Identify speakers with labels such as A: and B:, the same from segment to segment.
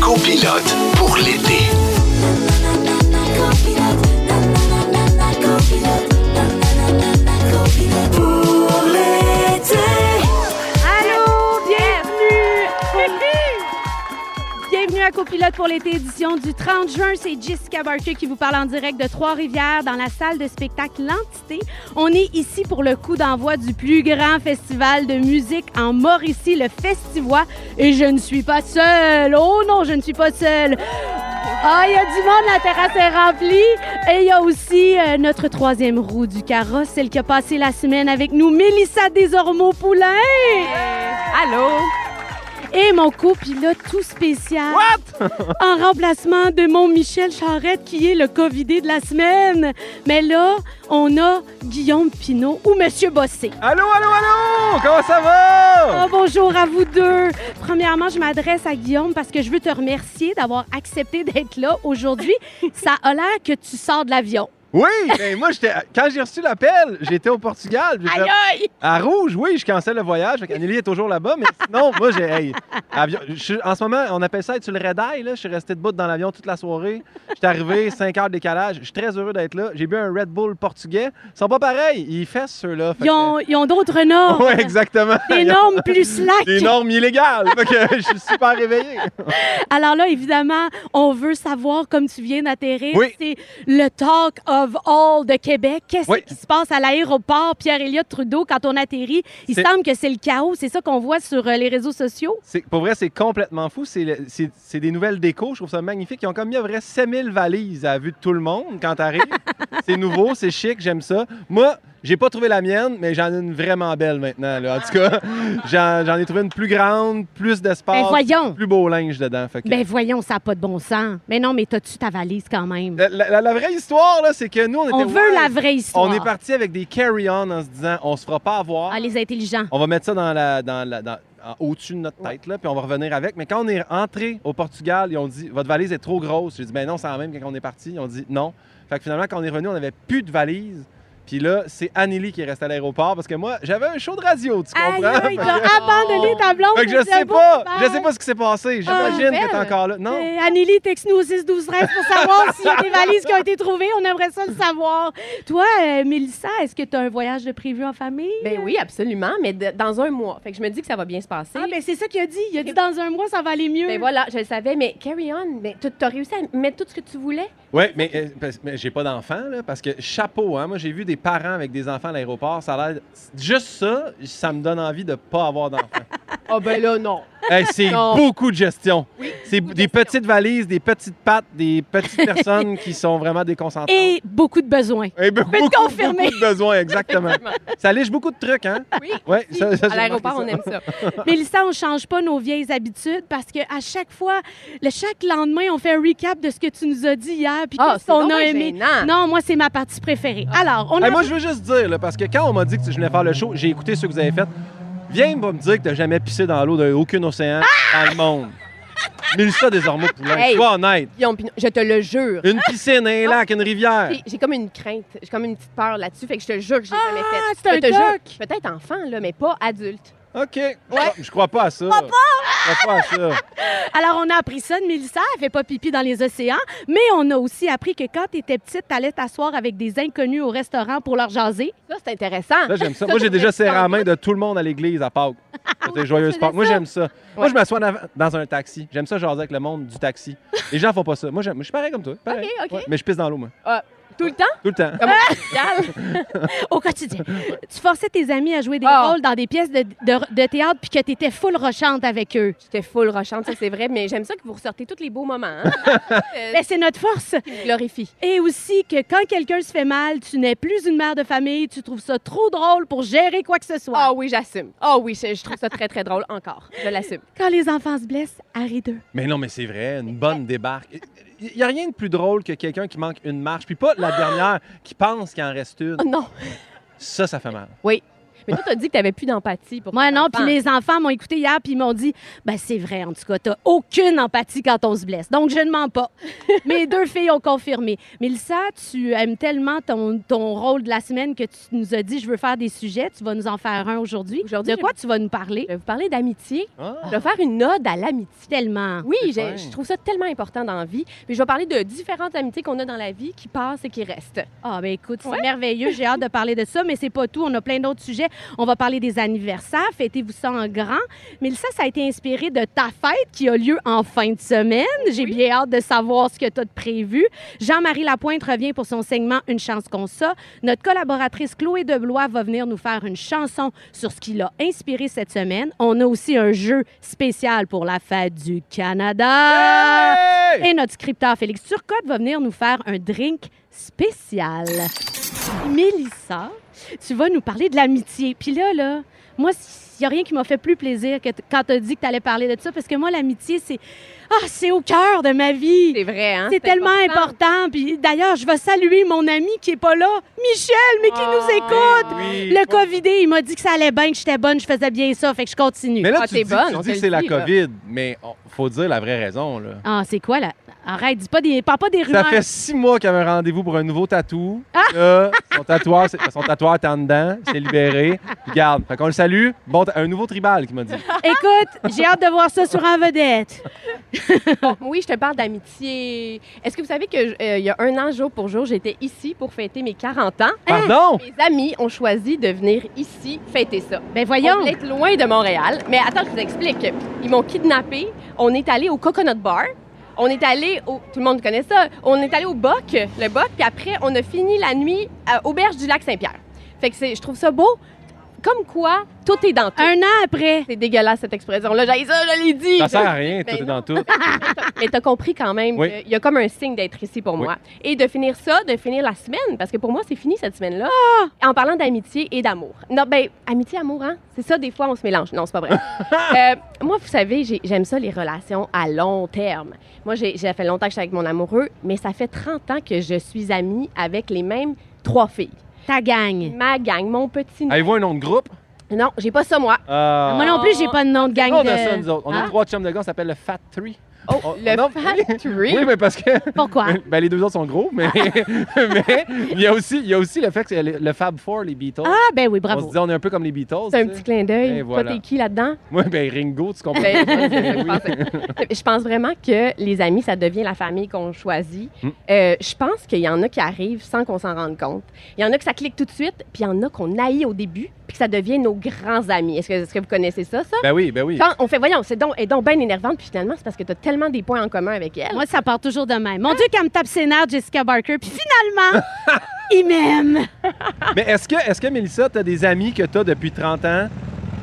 A: Copilote pour l'été.
B: Allô, bienvenue! bienvenue à Copilote pour l'été édition du 30 juin. C'est Jessica Barker qui vous parle en direct de Trois-Rivières dans la salle de spectacle L'Entité. On est ici pour le coup d'envoi du plus grand festival de musique en Mauricie, le Festivois. Et je ne suis pas seule. Oh non, je ne suis pas seule. Ah, il y a du monde, la terrasse est remplie. Et il y a aussi euh, notre troisième roue du carrosse, celle qui a passé la semaine avec nous, Mélissa Desormeaux-Poulain. allô? Et mon copilote tout spécial. en remplacement de mon Michel Charrette, qui est le covidé de la semaine. Mais là, on a Guillaume Pinault ou Monsieur Bossé.
C: Allô, allô, allô! Comment ça va?
B: Ah, bonjour à vous deux. Premièrement, je m'adresse à Guillaume parce que je veux te remercier d'avoir accepté d'être là aujourd'hui. Ça a l'air que tu sors de l'avion.
C: Oui! Ben moi, j'étais. Quand j'ai reçu l'appel, j'étais au Portugal. J'ai
B: Aïe
C: fait,
B: aïe!
C: à Rouge, oui, je cancelle le voyage. Fait qu'Anneli est toujours là-bas, mais sinon, moi, j'ai. hey, avion- je suis- en ce moment, on appelle ça être sur le red eye, là. Je suis resté debout dans l'avion toute la soirée. J'étais arrivé, 5 heures de décalage. Je suis très heureux d'être là. J'ai bu un Red Bull portugais. Ils sont pas pareils. Ils fessent ceux-là. Fait
B: Ils ont, ils ont d'autres normes.
C: que- Ouais, exactement.
B: Des normes plus slack.
C: Des normes illégales. Fait que je suis super réveillé.
B: Alors là, évidemment, on veut savoir, comme tu viens d'atterrir,
C: Oui.
B: c'est le Talk of All de Québec. Qu'est-ce
C: Oui.
B: qui se passe à l'aéroport Pierre-Éliott Trudeau quand on atterrit? Il
C: C'est-
B: semble que c'est le chaos. C'est ça qu'on voit sur euh, les réseaux sociaux.
C: C'est- Pour vrai, c'est complètement fou. C'est le- C'est c'est des nouvelles décos. Je trouve ça magnifique. Ils ont comme mis à vrai 7000 valises à la vue de tout le monde quand t'arrives. c'est nouveau, c'est chic, j'aime ça. Moi, j'ai pas trouvé la mienne, mais j'en ai une vraiment belle maintenant. là. En tout cas, j'en j'en ai trouvé une plus grande, plus
B: Ben
C: d'espace,
B: voyons!
C: plus beau linge dedans. Fait que-
B: Ben voyons, ça n'a pas de bon sens. Mais non, mais t'as-tu ta valise quand même?
C: la, la- la vraie histoire, là, c'est que nous, on était.
B: on veut
C: wild.
B: la vraie histoire.
C: On est parti avec des carry-on en se disant, on se fera pas avoir.
B: Ah, les intelligents.
C: On va mettre ça dans la, dans la- dans- en- au-dessus de notre tête, là, puis on va revenir avec. Mais quand on est entré au Portugal, ils ont dit Votre valise est trop grosse. J'ai dit Ben non, c'est la même que quand on est parti. Ils ont dit Non. Fait que finalement, quand on est revenu, on n'avait plus de valise. Puis là, c'est Anneli qui est restée à l'aéroport parce que moi, j'avais un show de radio, tu
B: Aïe,
C: comprends?
B: aïe,
C: Fait
B: t'as abandonné ta blonde. oh,
C: que je
B: c'est un
C: sais
B: beau
C: pas,
B: travail.
C: je sais pas ce qui s'est passé. J'imagine
B: Ah,
C: que t'es
D: nouvelle.
C: encore là. Non,
B: Euh, Anneli, texte-nous au 6 12 13 pour savoir s'il y a des valises qui ont été trouvées. On aimerait ça le savoir. Toi, euh, Mélissa, est-ce que tu as un voyage de prévu en famille?
D: Ben oui, absolument, mais de- dans un mois. Fait que je me dis que ça va bien se passer.
B: Ah, ben c'est ça qu'il a dit. Il a dit dans un mois, ça va aller mieux.
D: Ben voilà, je le savais, mais carry on, ben, tu- t'as réussi à mettre tout ce que tu voulais?
C: Oui, mais, euh, parce- mais j'ai pas d'enfant, là, parce que chapeau, hein, moi j'ai vu des parents avec des enfants à l'aéroport, ça a l'air. Juste ça, ça me donne envie de pas avoir d'enfant.
D: Ah ben là, non.
C: Hey, c'est
D: Non.
C: beaucoup de gestion. c'est des petites valises, des petites pattes, des petites personnes qui sont vraiment déconcentrantes.
B: Et beaucoup de besoins.
C: Et
B: peux
C: be-
B: te
C: beaucoup,
B: confirmer.
C: beaucoup de besoins, exactement.
D: Effectivement.
C: ça lèche beaucoup de trucs, hein?
D: Oui.
C: Ouais,
D: Si,
C: ça- ça,
D: à
C: j'ai
D: l'aéroport, on
C: remarqué
D: aime ça.
B: Mélissa, on change pas nos vieilles habitudes parce que à chaque fois, le chaque lendemain, on fait un recap de ce que tu nous as dit hier puis
D: Ah,
B: qu'est-ce qu'on
D: donc
B: a
D: bien
B: aimé.
D: gênant. Ah.
B: Non, moi, c'est ma partie préférée. Alors, on
C: ça.
B: a...
C: Hey, moi, je veux juste dire, là, parce que quand on m'a dit que je venais faire le show, j'ai écouté ce que vous avez fait. Viens pas me dire que t'as jamais pissé dans l'eau d'aucun océan dans le monde. Mélissa désormais poulain,
D: Hey.
C: sois honnête.
D: Guillaume Pinot, je te le jure.
C: Une piscine, un lac, une rivière.
D: J'ai- J'ai comme une crainte, j'ai comme une petite peur là-dessus, fait que je te jure que j'ai jamais fait.
B: Ah, c'est un
D: je te
B: doc.
D: jure, peut-être enfant, là, mais pas adulte.
C: OK. Ah, Je crois pas à ça. Je crois pas à ça.
B: Alors, on a appris ça de Mélissa. Elle fait pas pipi dans les océans. Mais on a aussi appris que quand tu étais petite, tu allais t'asseoir avec des inconnus au restaurant pour leur jaser.
D: Ça, c'est intéressant.
C: Là, j'aime ça. Moi, j'ai déjà serré la main de tout le monde à l'église à Pâques. C'était joyeuse Pâques. Moi, j'aime ça. Moi, je m'assois en avant- dans un taxi. J'aime ça jaser avec le monde du taxi. Les gens font pas ça. Moi, j'aime- je suis pareil comme toi. Pareil.
D: OK, OK.
C: Ouais, mais je pisse dans l'eau, moi.
D: Ah, Tout le temps? Ah,
C: Tout le temps.
D: Cal.
B: Au quotidien. Tu forçais tes amis à jouer des
D: Ah.
B: rôles dans des pièces de, de- de théâtre puis que tu étais full rochante avec eux.
D: J'étais full rochante, ça, c'est vrai, mais j'aime ça que vous ressortez tous les beaux moments. Hein? Euh,
B: Mais Ben, c'est notre force.
D: glorifie.
B: Et aussi que quand quelqu'un se fait mal, tu n'es plus une mère de famille, tu trouves ça trop drôle pour gérer quoi que ce soit.
D: Ah oui, j'assume. Ah oui, je, je trouve ça très, très drôle encore. Je l'assume.
B: Quand les enfants se blessent, Harry 2.
C: Mais non, mais c'est vrai, une bonne débarque. Il n'y a rien de plus drôle que quelqu'un qui manque une marche, puis pas la dernière, qui pense qu'il en reste une.
D: Ah! Oh non!
C: Ça, ça fait mal.
D: Oui. Mais toi, t'as dit que t'avais plus d'empathie pour
B: Moi
D: tes
B: non, puis
D: enfants.
B: les enfants m'ont écouté hier puis ils m'ont dit ben c'est vrai en tout cas, t'as aucune empathie quand on se blesse. Donc je ne mens pas. Mes deux filles ont confirmé. Mélissa, tu aimes tellement ton, ton rôle de la semaine que tu nous as dit je veux faire des sujets, tu vas nous en faire un aujourd'hui.
D: Aujourd'hui,
B: de quoi tu vas nous parler
D: Je vais vous parler d'amitié.
C: Ah.
D: Je vais faire une ode à l'amitié.
B: Tellement.
D: Oui,
C: C'est
D: j'ai-
C: fin.
D: je trouve ça tellement important dans la vie. Puis je vais parler de différentes amitiés qu'on a dans la vie qui passent et qui restent.
B: Ah, ben écoute, c'est
D: Ouais.
B: merveilleux. J'ai hâte de parler de ça, mais c'est pas tout. On a plein d'autres sujets. On va parler des anniversaires. Fêtez-vous ça en grand. Mais ça, ça a été inspiré de ta fête qui a lieu en fin de semaine. J'ai bien hâte de savoir ce que tu as de prévu. Jean-Marie Lapointe revient pour son segment Une chance qu'on ça. Notre collaboratrice Chloé Deblois va venir nous faire une chanson sur ce qui l'a inspiré cette semaine. On a aussi un jeu spécial pour la fête du Canada.
C: Hey!
B: Et notre scripteur Félix Turcotte va venir nous faire un drink spécial. Mélissa, tu vas nous parler de l'amitié. Puis là, là, moi, il n'y a rien qui m'a fait plus plaisir que t- quand tu as dit que tu allais parler de ça, parce que moi, l'amitié, c'est ah, c'est au cœur de ma vie.
D: C'est vrai, hein?
B: C'est tellement important. Puis d'ailleurs, je vais saluer mon ami qui est pas là, Michel, mais qui
D: Ah,
B: nous écoute.
C: Oui.
B: Le Covidé, il m'a dit que ça allait bien, que j'étais bonne, je faisais bien ça, fait que je continue.
C: Mais là,
D: Ah,
C: tu
D: t'es
C: dis,
D: bonne,
C: tu
D: on te
C: dis que
D: le
C: c'est la
D: dit, là.
C: COVID, mais on- faut dire la vraie raison. Là.
B: Ah, c'est quoi là? Arrête, dis pas des, parle pas des
C: Ça
B: rumeurs.
C: fait six mois qu'il y avait un rendez-vous pour un nouveau tatou.
D: Ah!
C: Là, son tatoueur, c'est- son tatoueur était en dedans, il s'est libéré. Regarde, fait qu'on le salue. Bon, ta- un nouveau tribal qui m'a dit.
B: Écoute, j'ai hâte de voir ça sur en vedette.
D: Oui, je te parle d'amitié. Est-ce que vous savez qu'il il y a un an, jour pour jour, j'étais ici pour fêter mes 40 ans?
C: Pardon?
D: Mes amis ont choisi de venir ici fêter ça.
B: Ben
D: On
B: voyons.
D: voulait être loin de Montréal. Mais attends, je vous explique. Ils m'ont kidnappé. On est allé au Coconut Bar. On est allé au. Tout le monde connaît ça. On est allé au Boc, le Boc. Puis après, on a fini la nuit à Auberge du Lac Saint-Pierre. Fait que c'est- je trouve ça beau. Comme quoi, tout est dans tout.
B: Un an après.
D: C'est dégueulasse cette expression-là. J'ai ça, je l'ai dit.
C: Ça sert à rien, tout
D: Ben non.
C: est dans tout.
D: Mais t'as compris quand même
C: Oui.
D: qu'il y a comme un signe d'être ici pour
C: Oui.
D: moi. Et de finir ça, de finir la semaine, parce que pour moi, c'est fini cette semaine-là,
B: Ah!
D: en parlant d'amitié et d'amour. Non, ben, amitié, amour, hein? C'est ça, des fois, on se mélange. Non, c'est pas vrai. Euh, moi, vous savez, j'ai- j'aime ça, les relations à long terme. Moi, j'ai j'ai fait longtemps que j'étais avec mon amoureux, mais ça fait 30 ans que je suis amie avec les mêmes trois filles.
B: Ta gang.
D: Ma gang, mon petit...
C: Avez-vous un nom de groupe?
D: Non, j'ai pas ça, moi.
C: Euh,
B: Moi non plus, j'ai pas de nom de gang.
C: on a
B: de-
C: ça, nous autres. On
B: Ah.
C: a trois chums de gars, on s'appelle le Fat Three.
D: Oh,
C: Oh,
D: le
C: non,
D: Fat Three.
C: Oui, mais parce que
B: Pourquoi?
C: ben, les deux autres sont gros, mais, mais il, y a aussi, il y a aussi le fait que le, le Fab Four, les Beatles.
B: Ah, ben oui,
C: On se
B: bravo.
C: dit, on est un peu comme les Beatles.
D: C'est un
C: tu sais.
D: petit clin d'œil.
C: Et
D: Toi,
C: voilà.
D: t'es qui là-dedans?
C: Moi, ben Ringo, tu comprends.
D: Ben, c'est ça que
C: oui.
D: je pensais. Je pense vraiment que les amis, ça devient la famille qu'on choisit.
C: Hmm.
D: Euh, je pense qu'il y en a qui arrivent sans qu'on s'en rende compte. Il y en a que ça clique tout de suite, puis il y en a qu'on haït au début, puis que ça devient nos grands amis. Est-ce que, est-ce que vous connaissez ça, ça?
C: Ben oui, ben oui.
D: Quand on fait, voyons, c'est donc, elle est donc bien énervante, puis finalement, c'est parce que tu as tellement des points en commun avec elle.
B: Moi, ça part toujours de même. Mon Dieu, qu'elle me tape ses nerfs, Jessica Barker. Puis finalement, il m'aime.
C: Mais est-ce que, est-ce que Mélissa, t'as des amis que t'as depuis 30 ans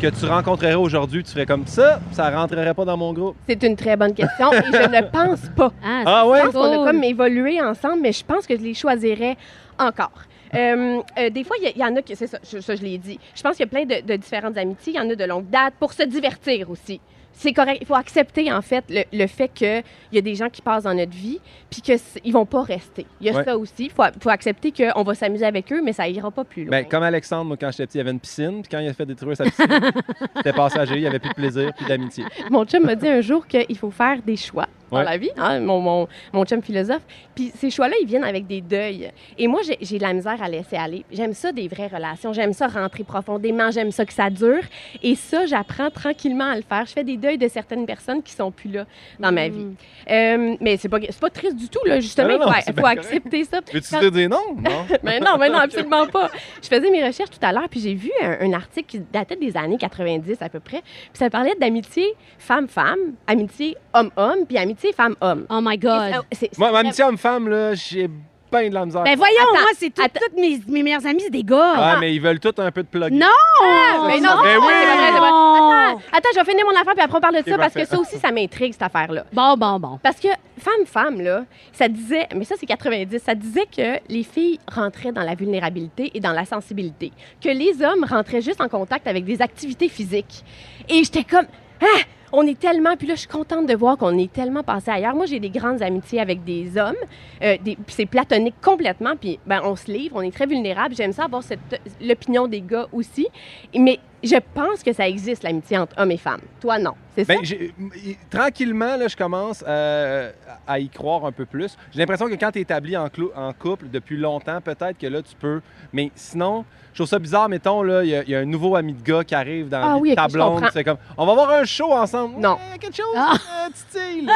C: que tu rencontrerais aujourd'hui, tu ferais comme ça, ça rentrerait pas dans mon groupe?
D: C'est une très bonne question, et je ne pense pas.
B: Ah,
C: Ah
B: c'est
C: ouais?
D: Je pense qu'on a
B: cool.
D: comme évolué ensemble, mais je pense que je les choisirais encore. Euh, euh, des fois, il y a- il y, en a qui, c'est ça, je- ça, je l'ai dit. Je pense qu'il y a plein de, de différentes amitiés. Il y en a de longue date pour se divertir aussi. C'est correct. Il faut accepter, en fait, le, le fait qu'il y a des gens qui passent dans notre vie puis qu'ils vont pas rester. Il y a
C: Ouais.
D: ça aussi. Il faut, faut accepter qu'on va s'amuser avec eux, mais ça ira pas plus loin.
C: Ben, comme Alexandre, moi, quand j'étais petit, il y avait une piscine, puis quand il a fait détruire sa piscine, c'était passager, il y avait plus de plaisir, plus d'amitié.
D: Mon chum m'a dit un jour qu'il faut faire des choix dans
C: Ouais.
D: la vie, hein, mon, mon, mon chum philosophe. Puis ces choix-là, ils viennent avec des deuils. Et moi, j'ai- j'ai de la misère à laisser aller. J'aime ça, des vraies relations. J'aime ça rentrer profondément. J'aime ça que ça dure. Et ça, j'apprends tranquillement à le faire. Je fais des deuils de certaines personnes qui sont plus là dans ma vie.
B: Mm.
D: Euh, mais c'est pas, c'est pas triste du tout, là. Justement,
C: Non, non,
D: il
C: non,
D: faut,
C: c'est
D: faut
C: bien correct.
D: accepter ça.
C: Veux-tu
D: Quand-
C: te dire non? Non.
D: mais non, mais non, absolument pas. Je faisais mes recherches tout à l'heure, puis j'ai vu un, un article qui datait des années 90 à peu près. Puis ça parlait d'amitié femme-femme, amitié homme-homme, puis amitié femme-homme.
B: Oh my
D: Et
B: God.
D: ça- c'est-
C: Moi, ma amitié homme-femme, là, j'ai bien de la misère.
B: Ben voyons,
D: Attends,
B: moi, c'est tout-
D: attends.
B: toutes mes, mes meilleures amies, c'est des gars.
C: ah, mais ils veulent tout un peu de plug.
B: Non!
D: Ah, Mais non,
C: Ben
D: c'est
C: oui!
D: pas vrai, c'est pas
B: Oh!
D: vrai. Attends, attends, je vais finir mon affaire, puis après on parle de
C: Ok,
D: ça, parce que
C: parfait.
D: ça aussi, ça m'intrigue, cette affaire-là.
B: Bon, bon, bon.
D: Parce que femme-femme, là, ça disait, mais ça c'est 90, ça disait que les filles rentraient dans la vulnérabilité et dans la sensibilité, que les hommes rentraient juste en contact avec des activités physiques. Et j'étais comme, ah, on est tellement, puis là je suis contente de voir qu'on est tellement passé ailleurs. Moi j'ai des grandes amitiés avec des hommes, euh, des- puis c'est platonique complètement, puis ben, on se livre, on est très vulnérable. J'aime ça avoir cette- l'opinion des gars aussi, mais je pense que ça existe l'amitié entre hommes et femmes. Toi non, c'est ça?
C: Ben, j'ai- m- y- tranquillement, là, je commence euh, à y croire un peu plus. J'ai l'impression que quand tu es établi en, clou- en couple depuis longtemps, peut-être que là, tu peux. Mais sinon, je trouve ça bizarre. Mettons, là, il y a- il y, a un nouveau ami de gars qui arrive dans
D: Ah
C: la vie
D: oui,
C: de
D: ok,
C: ta
D: je
C: blonde.
D: comprends.
C: C'est comme, on va voir un show ensemble.
D: Non.
C: Ouais, quelque chose,
B: Ah.
C: euh, petit style.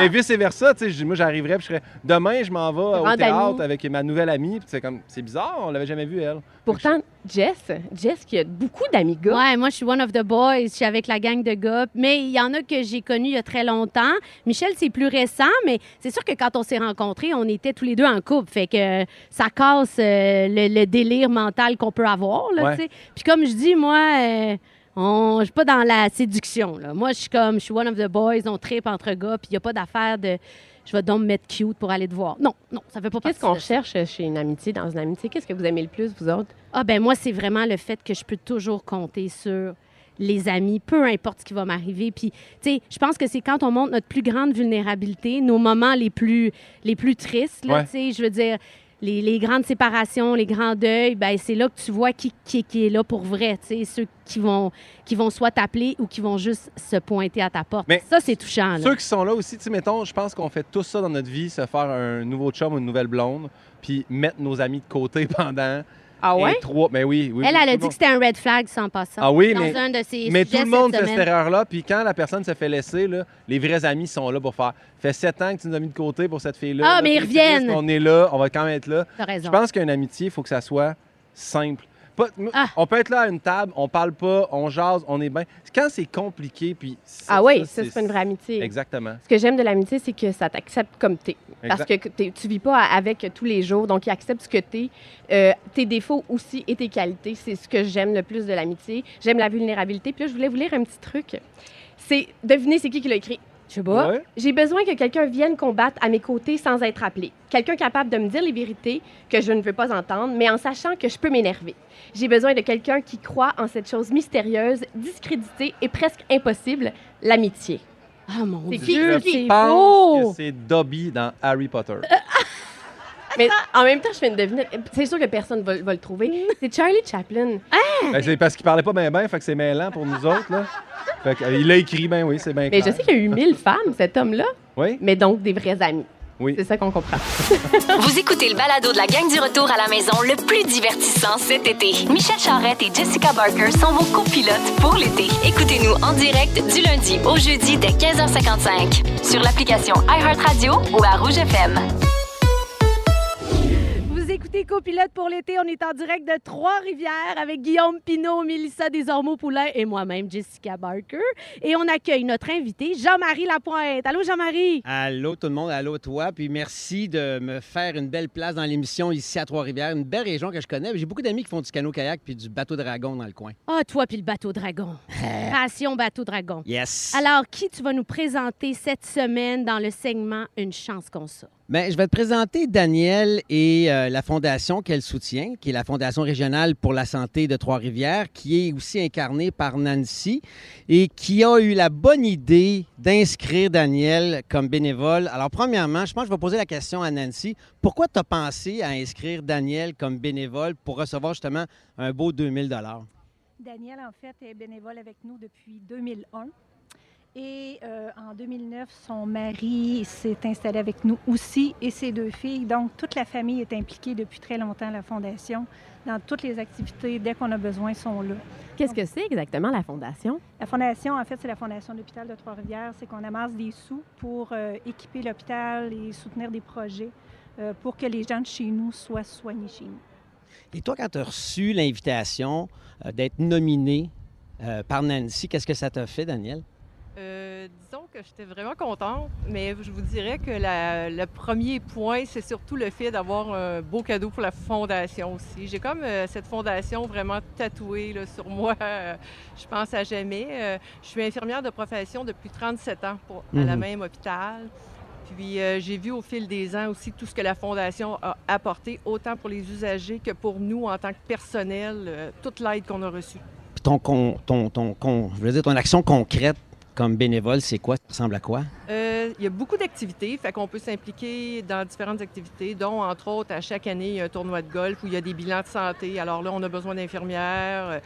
C: Mais vice-versa, tu sais, je dis, moi, j'arriverais, puis je serais, demain, je m'en vais
D: Grand
C: au théâtre
D: ami.
C: avec ma nouvelle amie. Puis c'est comme, c'est bizarre, on l'avait jamais vu, elle.
D: Pourtant, Jess, Jess qui a beaucoup d'amis gars.
B: Ouais, moi, je suis one of the boys. Je suis avec la gang de gars. Mais il y en a que j'ai connus il y a très longtemps. Michel, c'est plus récent, mais c'est sûr que quand on s'est rencontrés, on était tous les deux en couple. Fait que euh, ça casse euh, le, le délire mental qu'on peut avoir, là,
C: Ouais.
B: tu sais. Puis comme je dis, moi... euh, on, je suis pas dans la séduction. Là. Moi, je suis comme, je suis one of the boys, on tripe entre gars, puis il n'y a pas d'affaire de je vais donc me mettre cute pour aller te voir. Non, non, ça fait pas
D: Qu'est-ce
B: partie
D: qu'on
B: de ça.
D: recherche euh, chez une amitié, dans une amitié? Qu'est-ce que vous aimez le plus, vous autres?
B: Ah ben moi, c'est vraiment le fait que je peux toujours compter sur les amis, peu importe ce qui va m'arriver. Puis, tu sais, je pense que c'est quand on montre notre plus grande vulnérabilité, nos moments les plus, les plus tristes, là,
C: Ouais.
B: tu sais, je veux dire, les, les grandes séparations, les grands deuils, ben c'est là que tu vois qui, qui, qui est là pour vrai, tu sais, ceux qui vont, qui vont soit t'appeler ou qui vont juste se pointer à ta porte.
C: Mais
B: ça, c'est touchant, là.
C: Ceux qui sont là aussi, tu sais, mettons, je pense qu'on fait tout ça dans notre vie, se faire un nouveau chum ou une nouvelle blonde, puis mettre nos amis de côté pendant
D: Ah
C: un, trois. Mais oui, oui.
B: Elle,
C: oui,
B: elle a
C: tout le
B: dit
C: monde.
B: que c'était un red flag sans passant.
C: Ah oui,
B: dans
C: mais-
B: un de ses
C: Mais
B: sujets
C: tout le monde
B: cette
C: fait cette
B: semaine.
C: erreur-là, puis quand la personne se fait laisser, là, les vrais amis sont là pour faire. Fait sept ans que tu nous as mis de côté pour cette fille-là.
B: Ah,
C: là,
B: mais ils
C: t'es triste,
B: reviennent.
C: On est là, on va quand même être là.
B: T'as raison.
C: Je pense qu'une amitié, il faut que ça soit simple. Pas- m-
B: Ah.
C: On peut être là à une table, on parle pas, on jase, on est bien. Quand c'est compliqué, puis. ça-
D: Ah oui, ça, c'est pas une vraie amitié.
C: Exactement.
D: Ce que j'aime de l'amitié, c'est que ça t'accepte comme t'es. Parce
C: Exact.
D: que t'es- tu vis pas avec tous les jours, donc il accepte ce que t'es, euh, tes défauts aussi et tes qualités. C'est ce que j'aime le plus de l'amitié. J'aime la vulnérabilité. Puis là, je voulais vous lire un petit truc. C'est, devinez, c'est qui qui l'a écrit? Je sais pas.
C: Ouais.
D: J'ai besoin que quelqu'un vienne combattre à mes côtés sans être appelé. Quelqu'un capable de me dire les vérités que je ne veux pas entendre, mais en sachant que je peux m'énerver. J'ai besoin de quelqu'un qui croit en cette chose mystérieuse, discréditée et presque impossible, l'amitié.
B: Ah mon
D: C'est qui,
B: Dieu,
D: c'est qui?
B: c'est
C: Je pense
B: beau!
C: que c'est Dobby dans Harry Potter.
D: Mais en même temps, je fais une devinette. C'est sûr que personne va, va le trouver. C'est Charlie Chaplin.
B: Ah!
C: Ben, c'est parce qu'il parlait pas bien, bien, fait que c'est mêlant pour nous autres. Là. Fait que, euh, il l'a écrit, ben oui, c'est bien
D: Mais
C: clair.
D: je sais qu'il y a eu 1000 femmes, cet homme-là,
C: Oui,
D: mais donc des vrais amis.
C: oui.
D: C'est ça qu'on comprend.
E: Vous écoutez le balado de la gang du retour à la maison le plus divertissant cet été. Michel Charrette et Jessica Barker sont vos copilotes pour l'été. Écoutez-nous en direct du lundi au jeudi dès 15h55 sur l'application iHeartRadio ou à Rouge FM.
B: Vous écoutez Copilote pour l'été. On est en direct de Trois-Rivières avec Guillaume Pinot, Mélissa Desormeaux-Poulain et moi-même, Jessica Barker. Et on accueille notre invité, Jean-Marie Lapointe. Allô, Jean-Marie?
F: Allô tout le monde, allô toi, puis merci de me faire une belle place dans l'émission ici à Trois-Rivières, une belle région que je connais. J'ai beaucoup d'amis qui font du canot-kayak puis du bateau dragon dans le coin.
B: Ah, toi puis le bateau dragon. Passion bateau dragon.
F: Yes.
B: Alors, qui tu vas nous présenter cette semaine dans le segment Une chance qu'on ça?
F: Ben, je vais te présenter Daniel et euh, la fondation qu'elle soutient, qui est la Fondation régionale pour la santé de Trois-Rivières, qui est aussi incarnée par Nancy et qui a eu la bonne idée d'inscrire Daniel comme bénévole. Alors, premièrement, je pense que je vais poser la question à Nancy. Pourquoi tu as pensé à inscrire Daniel comme bénévole pour recevoir justement un beau 2000
G: Daniel, en fait, est bénévole avec nous depuis 2001. Et euh, en 2009, son mari s'est installé avec nous aussi et ses deux filles. Donc, toute la famille est impliquée depuis très longtemps à la Fondation. Dans toutes les activités, dès qu'on a besoin, sont là.
D: Qu'est-ce que c'est exactement la fondation?
G: La Fondation, en fait, c'est la Fondation de l'hôpital de Trois-Rivières. C'est qu'on amasse des sous pour euh, équiper l'hôpital et soutenir des projets euh, pour que les gens de chez nous soient soignés chez nous.
F: Et toi, quand tu as reçu l'invitation euh, d'être nominé euh, par Nancy, qu'est-ce que ça t'a fait, Daniel?
H: Euh, disons que j'étais vraiment contente, mais je vous dirais que la- le premier point, c'est surtout le fait d'avoir un beau cadeau pour la fondation aussi. J'ai comme euh, cette fondation vraiment tatouée là, sur moi, euh, je pense à jamais. Euh, je suis infirmière de profession depuis 37 ans pour, à la
F: Mhm.
H: même hôpital. Puis euh, j'ai vu au fil des ans aussi tout ce que la Fondation a apporté, autant pour les usagers que pour nous en tant que personnel, euh, toute l'aide qu'on a reçue.
F: Puis ton, con- ton, ton, con- je veux dire, ton action concrète comme bénévole, c'est quoi? Ça ressemble à quoi?
H: Euh, il y a beaucoup d'activités, fait qu'on peut s'impliquer dans différentes activités, dont entre autres à chaque année il y a un tournoi de golf où il y a des bilans de santé. Alors là, on a besoin d'infirmières. Euh,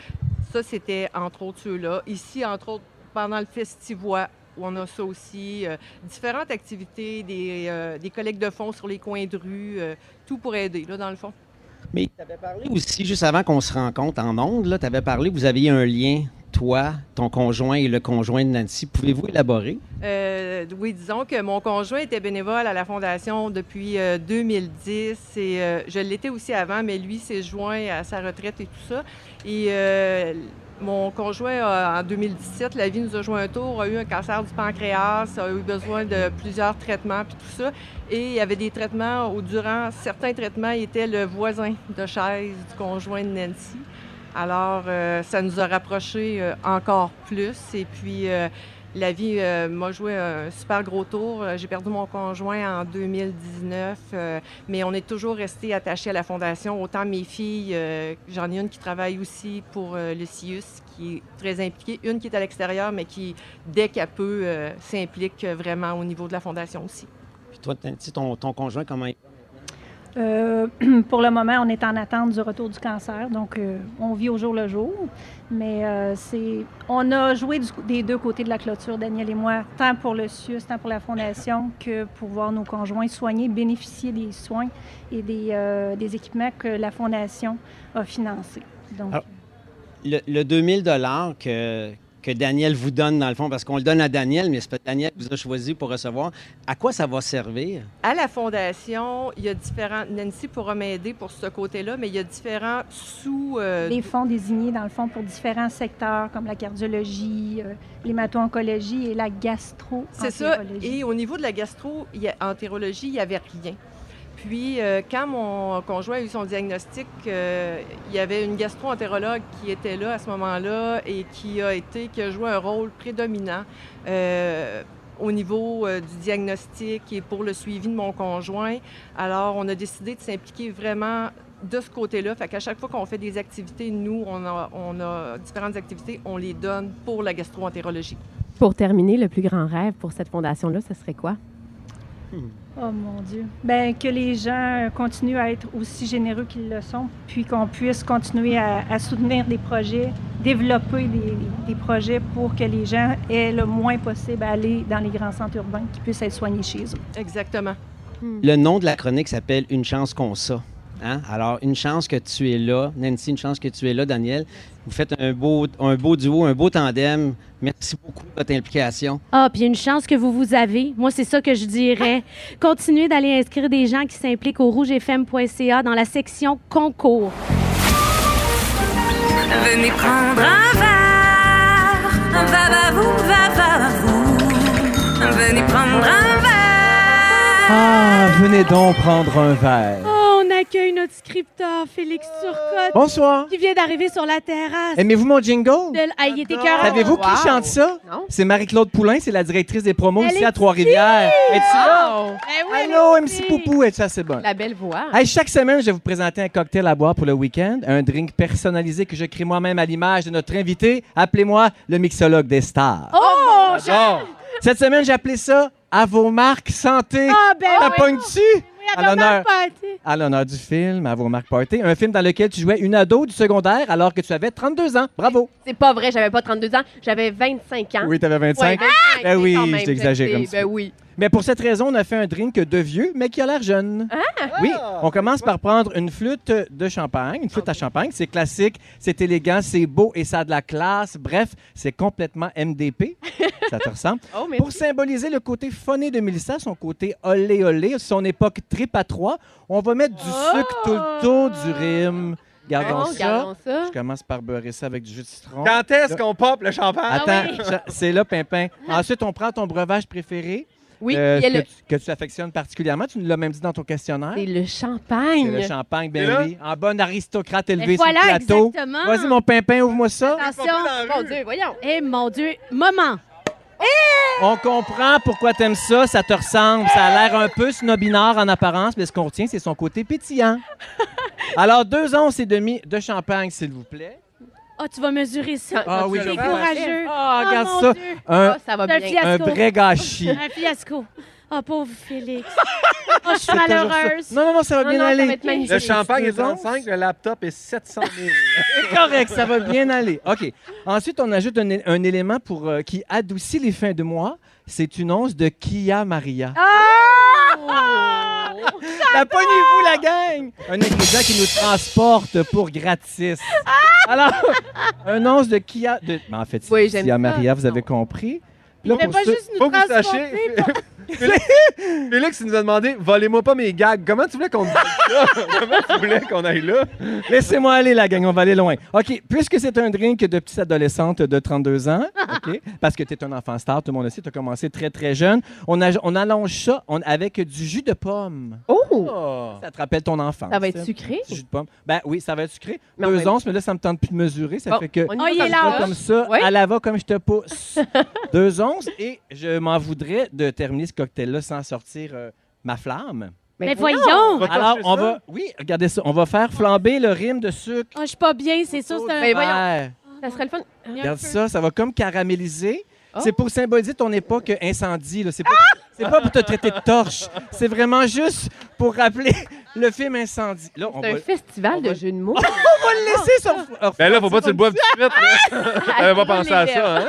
H: Ça, c'était entre autres ceux-là. Ici, entre autres, pendant le festivois. Où on a ça aussi, euh, différentes activités, des, euh, des collectes de fonds sur les coins de rue, euh, tout pour aider, là, dans le fond.
F: Mais tu avais parlé aussi, juste avant qu'on se rencontre en ondes, tu avais parlé, vous aviez un lien, toi, ton conjoint et le conjoint de Nancy. Pouvez-vous élaborer?
H: Euh, oui, disons que mon conjoint était bénévole à la Fondation depuis euh, 2010 et euh, je l'étais aussi avant, mais lui s'est joint à sa retraite et tout ça. Et euh, mon conjoint, a- en 2017, la vie nous a joué un tour, a eu un cancer du pancréas, a eu besoin de plusieurs traitements puis tout ça. Et il y avait des traitements où, durant certains traitements, il était le voisin de chaise du conjoint de Nancy. Alors, euh, ça nous a rapprochés euh, encore plus. Et puis, euh, la vie euh, m'a joué un super gros tour. Euh, J'ai perdu mon conjoint en 2019, euh, mais on est toujours resté attachés à la fondation. Autant mes filles, euh, j'en ai une qui travaille aussi pour euh, le CIUS, qui est très impliquée, une qui est à l'extérieur, mais qui, dès qu'elle peut, euh, s'implique euh, vraiment au niveau de la fondation aussi.
F: Puis toi, Nancy, ton, ton conjoint, comment il
G: Euh, pour le moment, on est en attente du retour du cancer, donc euh, on vit au jour le jour. Mais euh, c'est, on a joué du- des deux côtés de la clôture, Daniel et moi, tant pour le CIUS, tant pour la Fondation, que pour voir nos conjoints soignés, bénéficier des soins et des, euh, des équipements que la Fondation a financés. Donc,
F: Alors- le, le 2000 dollars que, que Daniel vous donne, dans le fond, parce qu'on le donne à Daniel, mais c'est pas Daniel qui vous a choisi pour recevoir, à quoi ça va servir?
H: À la fondation, il y a différents. Nancy pourra m'aider pour ce côté-là, mais il y a différents sous. euh,
G: les fonds désignés, dans le fond, pour différents secteurs comme la cardiologie, euh, l'hémato-oncologie et la gastro
H: C'est ça. Et au niveau de la gastro-entérologie, il n'y avait rien. Puis, euh, quand mon conjoint a eu son diagnostic, euh, il y avait une gastro-entérologue qui était là à ce moment-là et qui a été, qui a joué un rôle prédominant euh, au niveau euh, du diagnostic et pour le suivi de mon conjoint. Alors, on a décidé de s'impliquer vraiment de ce côté-là. Fait qu'à chaque fois qu'on fait des activités, nous, on a, on a différentes activités, on les donne pour la gastro-entérologie.
D: Pour terminer, le plus grand rêve pour cette fondation-là, ce serait quoi?
G: Oh mon Dieu. Ben que les gens euh, continuent à être aussi généreux qu'ils le sont, puis qu'on puisse continuer à, à soutenir des projets, développer des, des projets pour que les gens aient le moins possible à aller dans les grands centres urbains, qu'ils puissent être soignés chez eux.
H: Exactement.
F: Le nom de la chronique s'appelle Une chance qu'on ça. Hein? Alors, une chance que tu es là, Nancy, une chance que tu es là, Daniel. Vous faites un beau, un beau duo, un beau tandem. Merci beaucoup de votre implication.
B: Ah, puis une chance que vous vous avez. Moi, c'est ça que je dirais. Continuez d'aller inscrire des gens qui s'impliquent au rougefm.ca dans la section concours.
I: Venez prendre un verre, va va vous, va va vous. Venez prendre un verre.
J: Ah, venez donc prendre un verre.
B: Oh, on accueille notre scripteur, Félix Turcotte,
J: Bonsoir.
B: qui vient d'arriver sur la terrasse.
J: Aimez-vous mon jingle?
B: De l- Ah, il était cœur.
J: Savez-vous qui
D: Wow.
J: chante ça?
D: Non?
J: C'est Marie-Claude Poulain, c'est la directrice des promos
B: Elle est
J: ici
B: Ah. Ben
J: à Trois-Rivières. Es-tu là? Allô, MC Poupou, es-tu assez bonne?
D: La belle voix.
J: Hey, chaque semaine, je vais vous présenter un cocktail à boire pour le week-end, un drink personnalisé que je crée moi-même à l'image de notre invité. Appelez-moi le mixologue des stars.
B: Oh, je-
J: Bon. Cette semaine, j'ai appelé ça À vos marques santé.
B: Ah, ben
J: T'as
B: oui.
J: pognes-tu?
B: Oui,
J: À
B: à
J: l'honneur.
B: l'honneur. pâté.
J: À l'honneur du film À vos marques party, un film dans lequel tu jouais une ado du secondaire alors que tu avais 32 ans. Bravo.
D: C'est pas vrai, j'avais pas 32 ans, j'avais 25 ans.
J: Oui, t'avais 25.
D: Ouais,
J: Ben oui,
D: quand même,
J: je t'exagère
D: fait,
J: un petit
D: Ben
J: peu.
D: oui.
J: Mais pour cette raison, on a fait un drink de vieux, mais qui a l'air jeune.
B: Ah!
J: Oui,
D: Ah!
J: on commence par prendre une flûte de champagne, une flûte à champagne. C'est classique, c'est élégant, c'est beau et ça a de la classe. Bref, c'est complètement MDP. ça te ressemble.
D: Oh, mais
J: Pour symboliser le côté phoné de Mélissa, son côté
D: Ah!
J: olé olé, son époque trip à trois, on va mettre du sucre tout le tour du rime.
D: Bon,
J: Gardons, ça.
D: gardons ça.
J: Je commence par beurrer ça avec du jus de citron.
C: Quand est-ce qu'on pop le champagne?
J: Attends,
D: Ah
J: ça- c'est là, Pimpin. Ensuite, on prend ton breuvage préféré.
D: Oui,
J: euh,
D: il y a
J: que,
D: le-
J: tu, que tu affectionnes particulièrement. Tu nous l'as même dit dans ton questionnaire.
D: C'est le
J: C'est
D: champagne. Ben
J: le champagne,
D: Et là?
J: ben oui. En bonne aristocrate
B: Mais
J: élevée
B: voilà,
J: sur le plateau.
B: exactement.
J: Vas-y, mon Pimpin, ouvre-moi ça.
B: Attention.
D: Mon Dieu, voyons.
B: Eh mon Dieu, maman. Eh!
J: On comprend pourquoi t'aimes ça, ça te ressemble. Ça a l'air un peu snobinard en apparence, mais ce qu'on retient, c'est son côté pétillant. Alors, deux onces et demi de champagne, s'il vous plaît.
B: Ah, tu vas mesurer ça.
J: Ah oui,
B: T'es
J: je vais.
B: courageux.
D: Oh,
J: Ah,
B: Ah,
J: regarde
B: mon
J: ça.
B: Dieu.
J: Un-
D: ça va
B: C'est un
D: bien.
J: Un
B: fiasco.
J: vrai gâchis.
B: Un fiasco. Ah, pauvre Félix. Ah, je suis
J: C'est toujours ça.
B: malheureuse.
J: Non, non, non, ça va
D: Non,
J: bien
D: non, ça
J: aller.
D: va être magnifique.
C: Le champagne est
J: Deux onces.
C: 35, le laptop est 700 000.
J: C'est correct, ça va bien aller. OK. Ensuite, on ajoute un, é- un élément pour, euh, qui adoucit les fins de mois. C'est une once de Kia Maria.
B: Ah!
J: La pognez-vous, la gang! Un ingrédient qui nous transporte pour gratis. Alors, un once de Kia... De... mais en fait, c'est
D: Oui, j'aime
J: Kia
D: ça.
J: Maria, vous avez
D: Non.
J: compris. Puis
B: Il
J: là,
B: fait
J: pour
B: pas
J: ceux-
B: juste nous
C: Faut que vous sachiez.
B: transporter.
C: Félix, Félix, il nous a demandé volez-moi pas mes gags. Comment tu voulais qu'on dise ça? Comment tu voulais qu'on aille là?
J: Laissez-moi aller, la gang, on va aller loin. OK, puisque c'est un drink de petite adolescente de 32 ans, OK, parce que tu es un enfant star, tout le monde le sait, tu as commencé très, très jeune, on, a- on allonge ça on- avec du jus de pomme.
D: Oh!
J: Ça te rappelle ton enfance.
D: Ça va être sucré.
J: Du jus de pomme. Ben oui, ça va être sucré.
D: Mais on
J: Deux
D: va-
J: onces, mais là, ça me tente plus de mesurer. Ça
D: Bon,
J: fait que...
D: on y
B: Ah, il
D: va
B: est
D: comme ça.
J: Comme,
B: large.
J: comme ça,
D: Oui.
J: à la va comme je te pousse. Deux onces, et je m'en voudrais de terminer ce cocktail-là sans sortir euh, ma flamme.
B: Mais
D: voyons.
B: voyons.
C: Va torcher
J: Alors, on
C: ça?
J: va... Oui, regardez ça. On va faire flamber le rime de sucre
B: Ah, je suis pas bien, c'est sûr. C'est un...
D: Mais Ben voyons.
J: Ouais.
D: Ça serait le fun.
J: Regarde ça, ça va comme caraméliser.
D: Oh.
J: C'est pour symboliser ton époque incendie. là. C'est pas, c'est pas pour te traiter de torche. C'est vraiment juste pour rappeler le film Incendie. Là, on va,
D: C'est un
J: on
D: festival de
J: va-
D: jeux de mots. Ah,
J: va le laisser sur.
C: Ben là, faut pas que tu le boives tout de suite. là. T'avais pas pensé à ça, hein?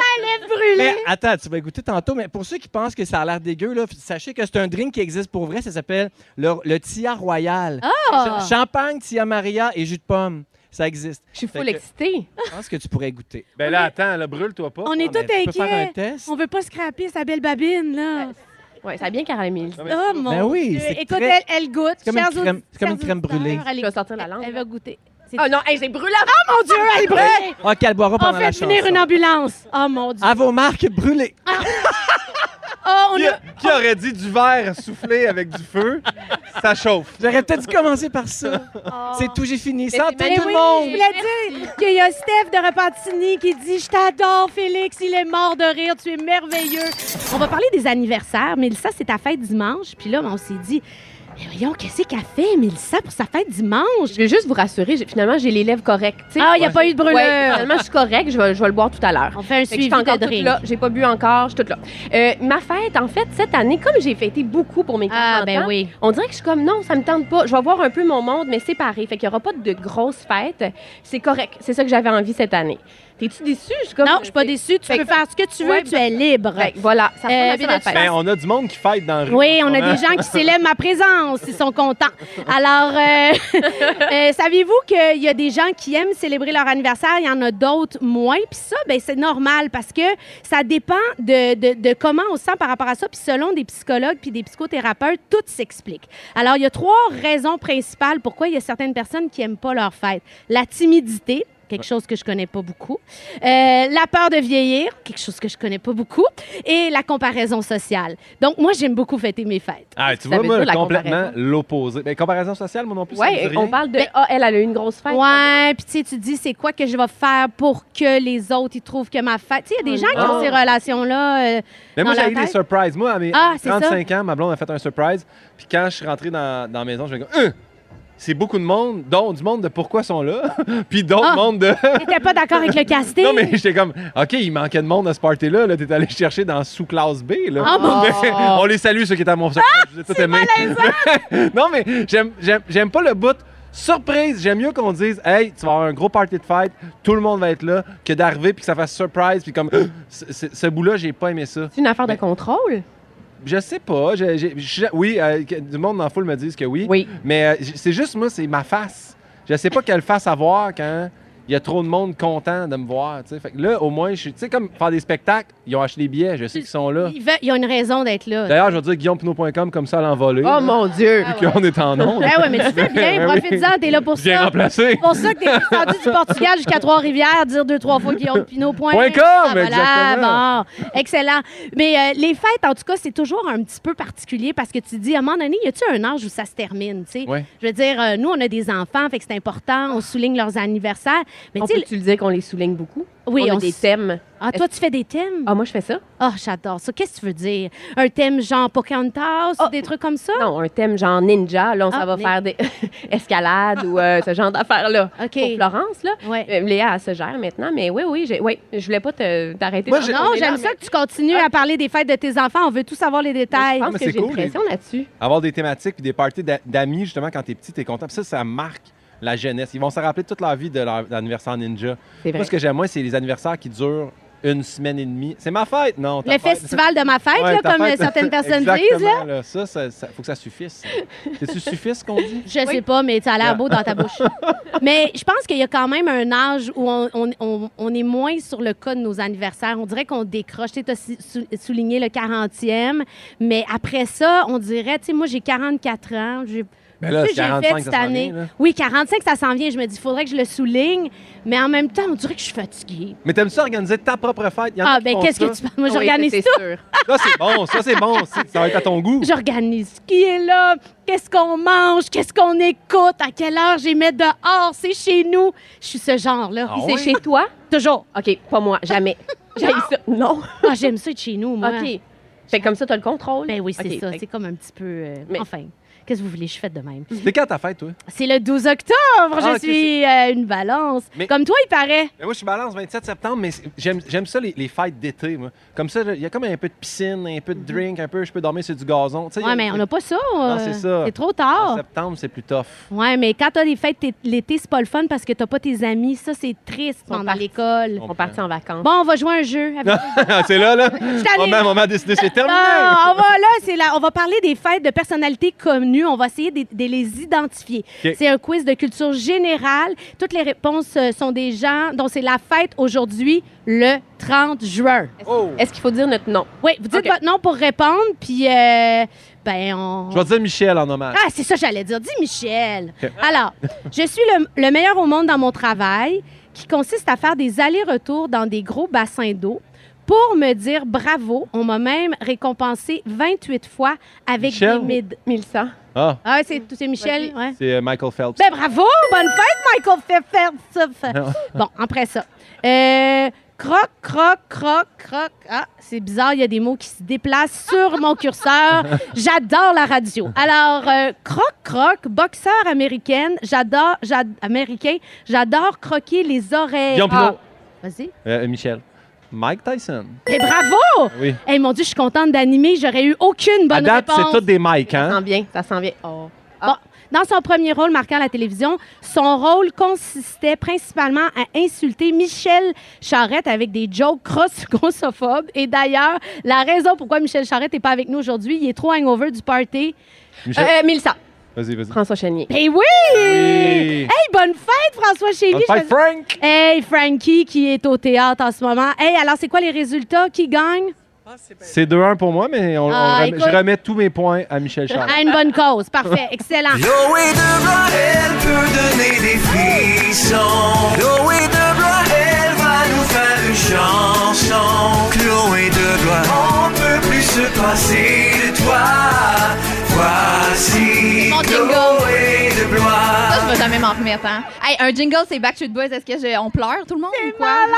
J: Mais Ben, attends, tu vas goûter tantôt. Mais pour ceux qui pensent que ça a l'air dégueu, là, sachez que c'est un drink qui existe pour vrai. Ça s'appelle le, le Tia Royal. Cha- Champagne, Tia Maria et jus de pomme. Ça existe.
D: Ah! Je suis
J: Fait
D: full
J: que-
D: excitée.
J: Je pense que tu pourrais goûter.
C: Ben là, attends, là, brûle-toi pas.
B: On est tous
J: Ah, ben, tu peux faire un
B: inquiets.
J: test.
B: On veut pas scraper sa belle babine, là.
D: Ouais, ça a bien caramélisé.
C: Non, mais-
B: Oh mon
J: Ben oui,
B: Dieu.
J: c'est
B: Écoute,
J: très-
B: elle, elle goûte.
J: C'est comme une
B: Chers audi-
J: crème- c'est comme une
B: chers
J: crème brûlée.
B: auditeurs, elle
D: Je
B: écoute.
D: vais sortir la langue.
B: Elle va goûter. C'est-
D: Oh non, hey, j'ai brûlé avant!
B: Oh mon Dieu, elle brûle!
J: OK, elle boira
B: On
J: pendant la
B: fait venir
J: chanson.
B: une ambulance. Oh mon Dieu. Ah.
J: À vos marques, brûlez.
B: Oh, on
C: Qui,
B: a...
C: qui aurait dit du verre soufflé avec du feu? Ça chauffe.
J: J'aurais peut-être dû commencer par ça.
B: Oh.
J: C'est tout, j'ai fini.
D: c'est
J: Santé tout
D: magnifique.
J: le
B: Je
J: monde!
B: voulais dire qu'il y a Steph de Repentigny qui dit Je t'adore, Félix, il est mort de rire, tu es merveilleux. On va parler des anniversaires. Mélissa, c'est ta fête dimanche. Puis là, ben, on s'est dit Mais voyons, qu'est-ce qu'elle fait, Mélissa, pour sa fête dimanche
D: Je vais juste vous rassurer, j'ai- finalement, j'ai les lèvres correctes. tu sais.
B: Ah, il n'y a pas eu de brûlure.
D: Ouais, finalement, je suis correcte, je vais, je vais le boire tout à l'heure.
B: On fait un
D: Fait que je
B: suivi
D: suis encore
B: de
D: toute
B: drink.
D: là, j'ai pas bu encore, je suis toute là. Euh, ma fête, en fait, cette année, comme j'ai fêté beaucoup pour mes 40
B: Ah, ben
D: ans,
B: oui.
D: on dirait que je suis comme, non, ça me tente pas, je vais voir un peu mon monde, mais séparé, fait qu'il y aura pas de grosse fête, c'est correct, c'est ça que j'avais envie cette année. T'es-tu déçue? Je suis comme-
B: Non, je suis pas déçue. Tu
D: Fait
B: peux
D: que-
B: faire ce que tu veux,
D: Ouais,
B: tu es libre.
D: Fait que voilà, ça ressemble
B: Euh,
D: à ça, ma
B: Bénédicte,
D: fête.
C: Ben, on a du monde qui fête dans le rue.
B: Oui, on a
C: en ce moment.
B: des gens qui célèbrent ma présence. Ils sont contents. Alors, euh, euh, saviez-vous qu'il y a des gens qui aiment célébrer leur anniversaire, il y en a d'autres moins. Puis ça, ben, c'est normal parce que ça dépend de, de- de comment on se sent par rapport à ça. Puis selon des psychologues puis des psychothérapeutes, tout s'explique. Alors, il y a trois raisons principales pourquoi il y a certaines personnes qui aiment pas leur fête. La timidité. Quelque chose que je connais pas beaucoup. Euh, la peur de vieillir, quelque chose que je connais pas beaucoup. Et la comparaison sociale. Donc, moi, j'aime beaucoup fêter mes fêtes.
C: Ah, tu
D: Ça
C: vois,
D: veut
C: moi,
D: dire la
C: complètement
D: comparaison.
C: l'opposé. Ben, comparaison sociale, moi non plus, ça me
D: Ouais,
C: dit
D: on
C: rien.
D: parle de, ah, elle, elle a eu une grosse fête.
B: Ouais, puis tu sais, tu dis, c'est quoi que je vais faire pour que les autres, ils trouvent que ma fête... Tu sais, il y a des gens qui ont
C: non.
B: ces relations-là. euh,
C: Ah. Mais moi,
B: dans
C: j'ai
B: la
C: eu des
B: tête.
C: surprises. Moi, à mes
B: Ah, c'est ça.
C: 35 ans, ma blonde a fait un surprise. Puis quand je suis rentré dans, dans la maison, je me suis dit, Hein! c'est beaucoup de monde, dont du monde de pourquoi ils sont là, puis d'autres
B: Ah.
C: monde de.
B: T'étais pas d'accord avec le casting?
C: non, mais j'étais comme, OK, il manquait de monde à ce party-là. Là, T'es allé chercher dans sous-classe B. Là.
B: Ah, mon
C: on les salue, ceux qui étaient à mon surprise.
D: Ah,
C: Je vous ai tous aimés. non, mais j'aime- j'aime j'aime pas le bout. Surprise, j'aime mieux qu'on dise Hey, tu vas avoir un gros party de fête, tout le monde va être là, que d'arriver puis que ça fasse surprise, puis comme ce, ce- ce bout-là, j'ai pas aimé ça.
D: C'est une affaire de contrôle?
C: Je sais pas. j'ai- j'ai- je- oui, euh, que- du monde dans la foule me disent que oui.
D: Oui.
C: Mais euh, j- c'est juste moi, c'est ma face. Je sais pas quelle face avoir quand il y a trop de monde content de me voir. tu sais. Fait que là, au moins, je suis. Tu sais, comme faire des spectacles, ils ont acheté les billets, je sais qu'ils sont là.
B: Ils, veulent- ils ont une raison d'être là.
C: D'ailleurs, je vais dire guillaumepinot.com comme ça à l'envolée.
B: Oh, mon Dieu!
C: Vu qu'on est en ondes.
B: Ben ouais, mais tu fais bien,
C: Ben oui.
B: profite-en, t'es là pour
C: Bien
B: ça.
C: remplacé.
B: C'est pour ça que t'es descendu du Portugal jusqu'à Trois-Rivières, dire deux, trois fois Guillaume Pinot. Point.
C: Point com,
B: Ah, voilà,
C: exactement.
B: bon. Excellent. Mais euh, les fêtes, en tout cas, c'est toujours un petit peu particulier parce que tu te dis, à un moment donné, y a-tu un âge où ça se termine, tu sais?
D: Ouais.
B: Je veux dire, euh, nous, on a des enfants, fait que c'est important, on souligne leurs anniversaires. Mais
D: On
B: tu sais,
D: peut-tu le dire qu'on les souligne beaucoup?
B: Oui,
D: on, a
B: on
D: des
B: s-
D: thèmes.
B: Ah, toi, tu fais des thèmes? Ah,
D: moi, je fais ça.
B: Ah, j'adore ça. Qu'est-ce que tu veux dire? Un thème genre Pocahontas ou des trucs comme ça?
D: Ah.
B: Ah,
D: Non, un thème genre ninja, là, on s'en va faire des escalades ou euh, ce genre d'affaires-là. Pour Florence, là. Euh, Léa, elle se gère maintenant, mais oui, oui, j'ai- oui, je voulais pas te- t'arrêter.
B: non, j'aime ça que tu continues
D: Ah.
B: à parler des fêtes de tes enfants. On veut tout savoir les détails.
C: pense Ah, Mais que c'est j'ai une cool, les- pression
D: là-dessus.
C: Avoir des thématiques puis des parties d'a- d'amis, justement, quand t'es petit, t'es content. Puis ça, ça marque la jeunesse. Ils vont se rappeler toute leur vie de leur anniversaire ninja.
D: C'est vrai.
C: Moi, ce que j'aime, moi, c'est les anniversaires qui durent une semaine et demie. C'est ma fête, non? ta
B: Le
C: fête.
B: festival de ma fête,
C: Ouais,
B: là,
C: ta
B: comme
C: fête.
B: certaines personnes
C: Exactement,
B: disent. Là.
C: là. Ça, ça, ça- faut que ça suffise. C'est-tu suffit ce qu'on dit?
B: Je sais pas, mais ça a
C: Ah.
B: l'air beau dans ta bouche. mais je pense qu'il y a quand même un âge où on, on- on- on est moins sur le cas de nos anniversaires. On dirait qu'on décroche. Tu as souligné le 40e, mais après ça, on dirait, tu sais, moi, j'ai 44 ans. J'ai
C: Ben là,
B: plus j'ai
C: 45,
B: fait
C: ça
B: cette
C: s'en
B: année.
C: vient, là.
B: oui, 45, ça s'en vient. Je me dis, il faudrait que je le souligne, mais en même temps, on dirait que je suis fatiguée.
C: Mais t'aimes ça organiser ta propre fête? Il y en a
B: Ah,
C: qui
B: ben
C: font
B: qu'est-ce que
C: ça.
B: tu parles? Moi, j'organise tout.
C: Ça, c'est bon. Ça, c'est bon. Ça ça va être à ton goût.
B: J'organise qui est là, qu'est-ce qu'on mange, qu'êtes-ce qu'on écoute, à quelle heure j'ai mettre dehors, c'est chez nous. Je suis ce genre-là.
D: Ah C'est ouais? chez toi?
B: Toujours.
D: OK, pas moi, jamais. J'ai ça. Non.
B: Ah, j'aime ça être chez nous, moi.
D: OK. Fait que comme ça, t'as le contrôle.
B: Ben oui, c'est
D: OK,
B: ça.
D: fait que-
B: C'est comme un petit peu. euh, Enfin, qu'est-ce que vous voulez, je fais de même.
D: Mm.
C: C'est quand ta fête, toi?
B: C'est le 12 octobre,
C: Ah,
B: je
C: ok,
B: suis euh, une balance.
C: Mais-
B: Comme toi, il paraît.
C: Ben, moi, je suis balance 27 septembre, mais c'est- j'aime j'aime ça les, les fêtes d'été. moi. Comme ça, il y a comme un peu de piscine, un peu de drink, un peu, je peux dormir sur du gazon. Tu sais, il y
B: Mhm. Ouais,
C: a-
B: mais on n'a pas ça.
C: Non,
B: euh,
C: c'est ça.
B: trop tard.
C: En septembre, c'est plus tough.
B: Ouais, mais quand t'as des fêtes t'es- l'été, c'est pas le fun parce que t'as pas tes amis. Ça, c'est triste pendant l'école.
C: On partit
D: en vacances.
B: Bon, on va jouer à un jeu. avec-
C: Ah, c'est là, là.
B: allée-
C: Moment, moment décidé, c'est terminé.
B: Non, on va là, c'est là, on va parler des fêtes de personnalités connues. On va essayer de, de les identifier.
C: OK.
B: C'est un quiz de culture générale. Toutes les réponses euh, sont des gens dont c'est la fête aujourd'hui, le 30 juin.
D: Est-ce qu'il faut dire notre nom?
B: Oui, vous dites votre nom pour répondre, puis euh, ben on.
C: Je vais dire Michel en hommage.
B: Ah, c'est ça que j'allais dire. Dis Michel.
C: OK.
B: Alors, je suis le, le meilleur au monde dans mon travail qui consiste à faire des allers-retours dans des gros bassins d'eau. Pour me dire bravo, on m'a même récompensé 28 fois avec
C: Michel?
B: des médailles.
D: Milsa.
C: Ah,
B: Ah, c'est c'est Michel. ouais.
C: c'est euh, Michael Phelps.
B: Ben bravo, bonne fête, Michael Fe- Fe- Fe-
C: Non.
B: Bon, après ça. Euh, croc, croc, croc, croc. Ah, c'est bizarre, il y a des mots qui se déplacent sur mon curseur. J'adore la radio. Alors, euh, croc, croc, boxeur américaine. J'adore, j'ad- américain. J'adore croquer les oreilles. Ah,
C: Guillaume Pinot.
B: Vas-y.
C: Euh, Michel. Mike Tyson.
B: Et bravo!
C: Oui.
B: Eh mon Dieu, je suis contente d'animer. J'aurais eu aucune bonne
C: à date,
B: réponse.
C: c'est tous des Mike, hein?
D: bien, ça s'en vient. Oh.
B: Bon, dans son premier rôle marquant à la télévision, son rôle consistait principalement à insulter Michel Charette avec des jokes gross- grossophobes. Et d'ailleurs, la raison pourquoi Michel Charette n'est pas avec nous aujourd'hui, il est trop hangover du party.
C: Michel-
D: Euh, Mélissa.
C: Vas-y, vas-y.
D: François Chenier.
B: Eh oui!
D: Eh,
C: Oui.
B: Hey, bonne fête, François Chély!
C: Bonne fête, Frank!
B: Hey, Frankie, qui est au théâtre en ce moment. Hey, alors, c'est quoi les résultats? Qui gagne?
C: C'est 2-1 pour moi, mais on- on
B: Ah,
C: remet-
B: écoute.
C: je remets tous mes points à Michel Charles.
B: À une bonne cause. Parfait. Excellent.
A: Noé de Blois, elle peut donner des frissons. Noé de Blois, elle va nous faire une chanson. Chloé de Blois, on peut plus se passer de toi. Voici
K: Mon jingle.
A: Chloé de
K: Ça, je
A: Blois.
K: vais jamais m'en remettre, hein. Hey, un jingle, c'est Backstreet Boys. Est-ce que je- on pleure, tout le monde, ou quoi?
B: malade!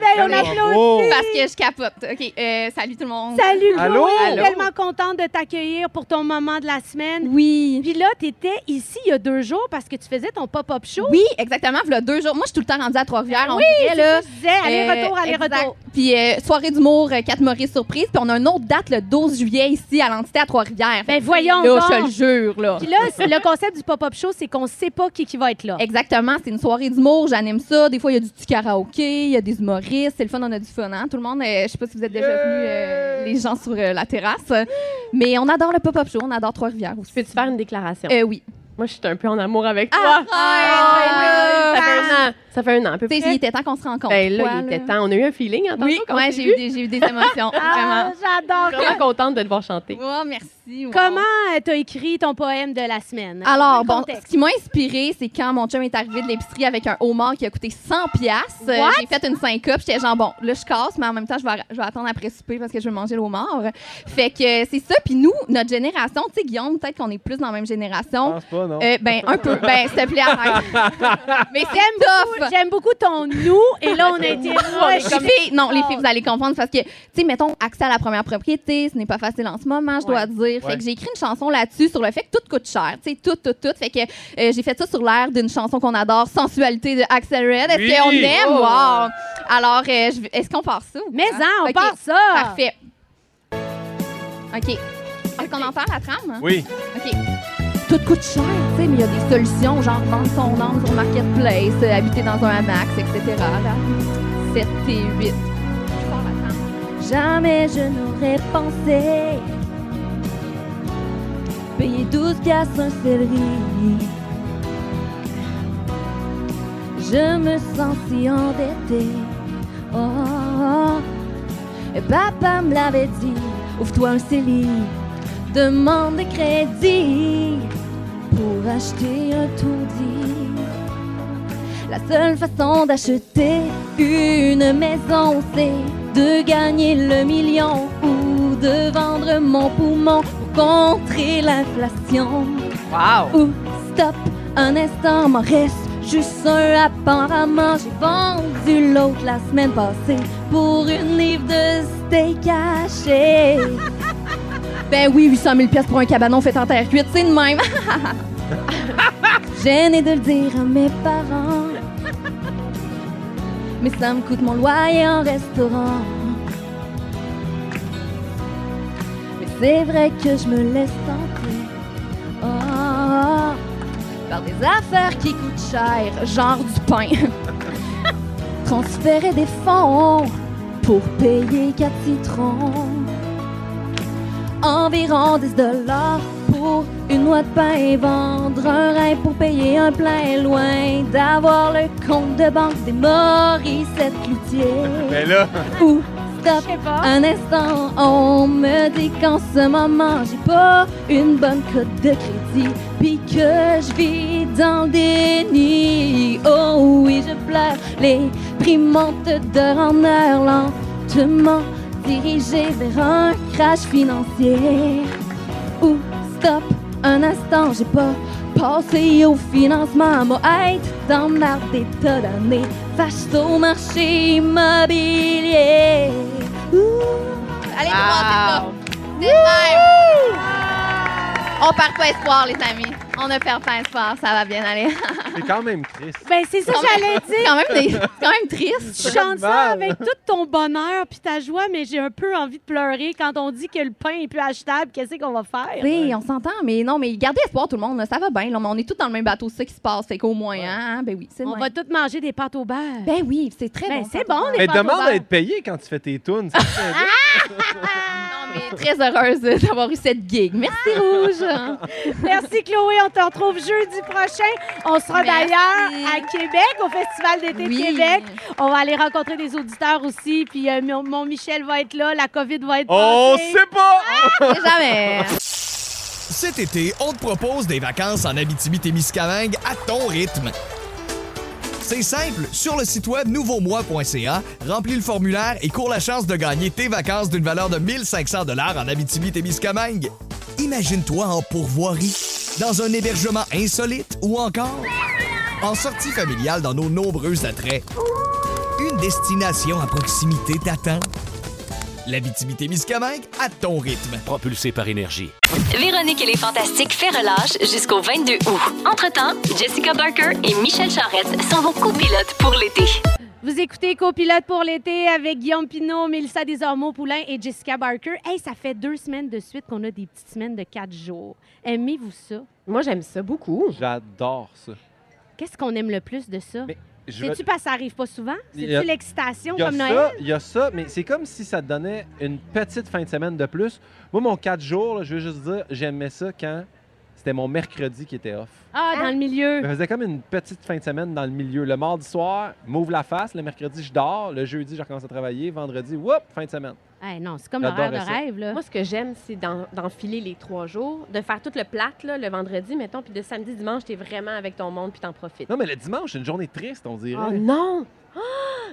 B: Hey, on
K: Mais-
B: applaudit!
K: Parce que je capote. OK, euh, salut tout le monde.
B: Salut, Chloé.
K: Allô?
B: Je suis
K: Allô?
B: tellement contente de t'accueillir pour ton moment de la semaine. Oui. Puis là, t'étais ici il y a deux jours parce que tu faisais ton pop-up show. Ben
K: Oui, exactement. Voilà deux jours. Moi, je suis tout le temps rendue à Trois-Rivières. on
B: oui,
K: dirait,
B: c'est
K: là. Euh,
B: ça que je disais. Aller-retour, aller-retour.
K: exact. Puis euh, soirée d'humour, euh, quatre Maurice surprise. Puis on a une autre date le 12 juillet ici à l'entité à Trois-Rivières.
B: Ben voyons
K: Là,
B: donc.
K: je te le jure, là.
B: Puis là, c'est- le concept du pop-up show, c'est qu'on sait pas qui, qui va être là.
K: Exactement, c'est une soirée d'humour, j'anime ça. Des fois, il y a du petit karaoké, il y a des humoristes. C'est le fun, on a du fun, hein? Tout le monde, euh, je sais pas si vous êtes déjà venus, euh, les gens sur euh, la terrasse. Mais on adore le pop-up show, on adore Trois-Rivières aussi.
D: Peux-tu faire une déclaration?
K: Euh, oui.
D: eh Moi, je suis un peu en amour avec toi.
K: Arrête,
D: Ah,
K: ben
D: ça fait
K: là.
D: un an. Ça fait un an, à peu
K: Tu
D: près.
K: sais, il était temps qu'on se rencontre.
D: Ben là,
K: quoi,
D: il était temps. On a eu un feeling en
K: Oui,
D: tantôt, quand
K: ouais,
D: on s'est
K: j'ai eu, des- j'ai eu des émotions.
B: Ah,
K: vraiment.
B: j'adore.
D: Je suis vraiment contente de te voir chanter.
K: Oh, merci. wow.
B: Comment euh, t'as écrit ton poème de la semaine?
K: Alors,
B: Le
K: bon,
B: contexte.
K: ce qui m'a inspiré, c'est quand mon chum est arrivé de l'épicerie avec un homard qui a coûté 100 pièces.
B: What?
K: J'ai fait une syncope. J'étais genre, bon, là, je casse, mais en même temps, je vais, je vais attendre après souper parce que je veux manger le homard. Fait que euh, c'est ça. Puis nous, notre génération, tu sais, Guillaume, peut-être qu'on est plus dans la même
C: Je
K: génération.
C: pense pas, non?
K: Euh, ben, un peu. Ben, s'il te plaît, arrête. mais c'est tough.
B: J'aime beaucoup ton nous et là on a été Ah.
K: Ouais,
B: rush.
K: les filles, non, les filles, vous allez comprendre parce que, tu sais, mettons, accès à la première propriété, ce n'est pas facile en ce moment, je dois dire. Fait
C: Ouais.
K: que j'ai écrit une chanson là-dessus sur le fait que tout coûte cher, tu sais, tout, tout, tout. Fait que euh, j'ai fait ça sur l'air d'une chanson qu'on adore, Sensualité de Axel Red. Est-ce
C: Oui!
K: qu'on aime?
C: Oh!
K: Wow! Alors, euh, je vais- est-ce qu'on part ça? ou
B: Mais
K: pas?
B: hein, on
K: Ok,
B: part ça.
K: Parfait. OK. Est-ce qu'on en parle la trame? hein?
C: Oui.
K: OK. Tout coûte cher, tu sais, mais il y a des solutions, genre vendre son âme sur Marketplace, euh, habiter dans un hamac, etc. Là, 7 et 8. Jamais je n'aurais pensé payer 12 piastres un céleri. Je me sens si endettée. Oh, oh, oh. Papa me l'avait dit, ouvre-toi un célibat demande des crédits pour acheter un taudis. La seule façon d'acheter une maison, c'est de gagner le million ou de vendre mon poumon pour contrer l'inflation.
D: Wow!
K: Ouh, stop, un instant, m'en reste juste un apparemment. J'ai vendu l'autre la semaine passée pour une livre de steak haché. ben oui, 800 000 pièces pour un cabanon fait en terre cuite, c'est de même. Gêné de le dire à mes parents. Mais ça me coûte mon loyer en restaurant. Mais c'est vrai que je me laisse tenter. Oh, oh, oh. par des affaires qui coûtent cher, genre du pain. Transférer des fonds pour payer quatre citrons. Environ 10 dollars pour une noix de pain. Vendre un rêve pour payer un plein loin d'avoir le compte de banque des Maurice Cloutier.
C: Mais Ben là,
K: Ou stop un instant, on me dit qu'en ce moment j'ai pas une bonne cote de crédit, puis que je vis dans le déni. Oh oui, je pleure, les prix montent d'heure en heure lentement, dirigés vers un crash financier. Ou stop un instant, j'ai pas passé au financement, moi être dans le marre des tas d'années, vache au marché immobilier. Ouh. Allez,
D: Wow.
K: vous pensez pas. Ah, C'est le même. On perd pas espoir, les amis. On ne perd pas espoir, ça va bien aller.
C: c'est quand même triste.
B: Ben c'est ça que j'allais
K: C'est
B: dire.
K: quand même, des- c'est quand même triste.
B: Tu chantes ça
C: mal.
B: avec tout ton bonheur puis ta joie, mais j'ai un peu envie de pleurer quand on dit que le pain est plus achetable. Qu'est-ce qu'on va faire?
K: Oui, on s'entend, mais non, mais gardez espoir tout le monde, là, ça va bien. là, mais on est tous dans le même bateau, c'est ça qui se passe. Fait qu'au moins, hein, hein, ben oui, c'est le
B: On
K: même.
B: va tous manger des pâtes au beurre.
K: Ben oui, c'est très
B: Ben,
K: bon.
B: c'est bon, les
C: Mais
B: pâtes au
C: demande
B: beurre.
C: à être payé quand tu fais tes tunes. ça fait bien.
K: Non, mais très heureuse euh, d'avoir eu cette gig. Merci, Rouge.
B: Merci Chloé, on te retrouve jeudi prochain. On sera
K: Merci.
B: d'ailleurs à Québec, au Festival d'été
K: Oui.
B: de Québec. On va aller rencontrer des auditeurs aussi. Puis euh, mon mon Michel va être là, la COVID va être
C: On
B: passée.
C: sait pas!
K: C'est Ah, jamais.
L: Cet été, on te propose des vacances en Abitibi-Témiscamingue à ton rythme. C'est simple, sur le site web nouveaumois.ca, remplis le formulaire et cours la chance de gagner tes vacances d'une valeur de 1500 dollars en Abitibi-Témiscamingue. Imagine-toi en pourvoirie, dans un hébergement insolite ou encore en sortie familiale dans nos nombreux attraits. Une destination à proximité t'attend. L'Abitibi-Témiscamingue à ton rythme.
M: Propulsé par énergie.
E: Véronique et les Fantastiques fait relâche jusqu'au 22 août. Entre-temps, Jessica Barker et Michel Charrette sont vos copilotes pour l'été.
B: Vous écoutez Copilote pour l'été avec Guillaume Pinot, Mélissa Desormeaux-Poulain et Jessica Barker. Hey, ça fait deux semaines de suite qu'on a des petites semaines de quatre jours. Aimez-vous ça?
D: Moi, j'aime ça beaucoup.
C: J'adore ça.
B: Qu'est-ce qu'on aime le plus de ça?
C: Mais Je vais-
B: C'est-tu parce que ça arrive pas souvent?
C: Il y a-
B: C'est-tu l'excitation
C: Il y a
B: comme Noël?
C: ça, il y a ça, mais c'est comme si ça te donnait une petite fin de semaine de plus. Moi, mon 4 jours, là, je veux juste dire, j'aimais ça quand C'était mon mercredi qui était off.
B: Ah, dans le milieu.
C: Je faisais comme une petite fin de semaine dans le milieu. Le mardi soir, m'ouvre la face. Le mercredi, je dors. Le jeudi, je recommence à travailler. Vendredi, whoop, fin de semaine.
B: Eh non, c'est comme
C: J'adorais
B: l'horaire de
C: ça.
B: rêve, là.
D: Moi, ce que j'aime, c'est d'en- d'enfiler les trois jours, de faire tout le plate, là, le vendredi, mettons, puis de samedi, dimanche, t'es vraiment avec ton monde, puis t'en profites.
C: Non, mais le dimanche, c'est une journée triste, on dirait.
D: Oh non!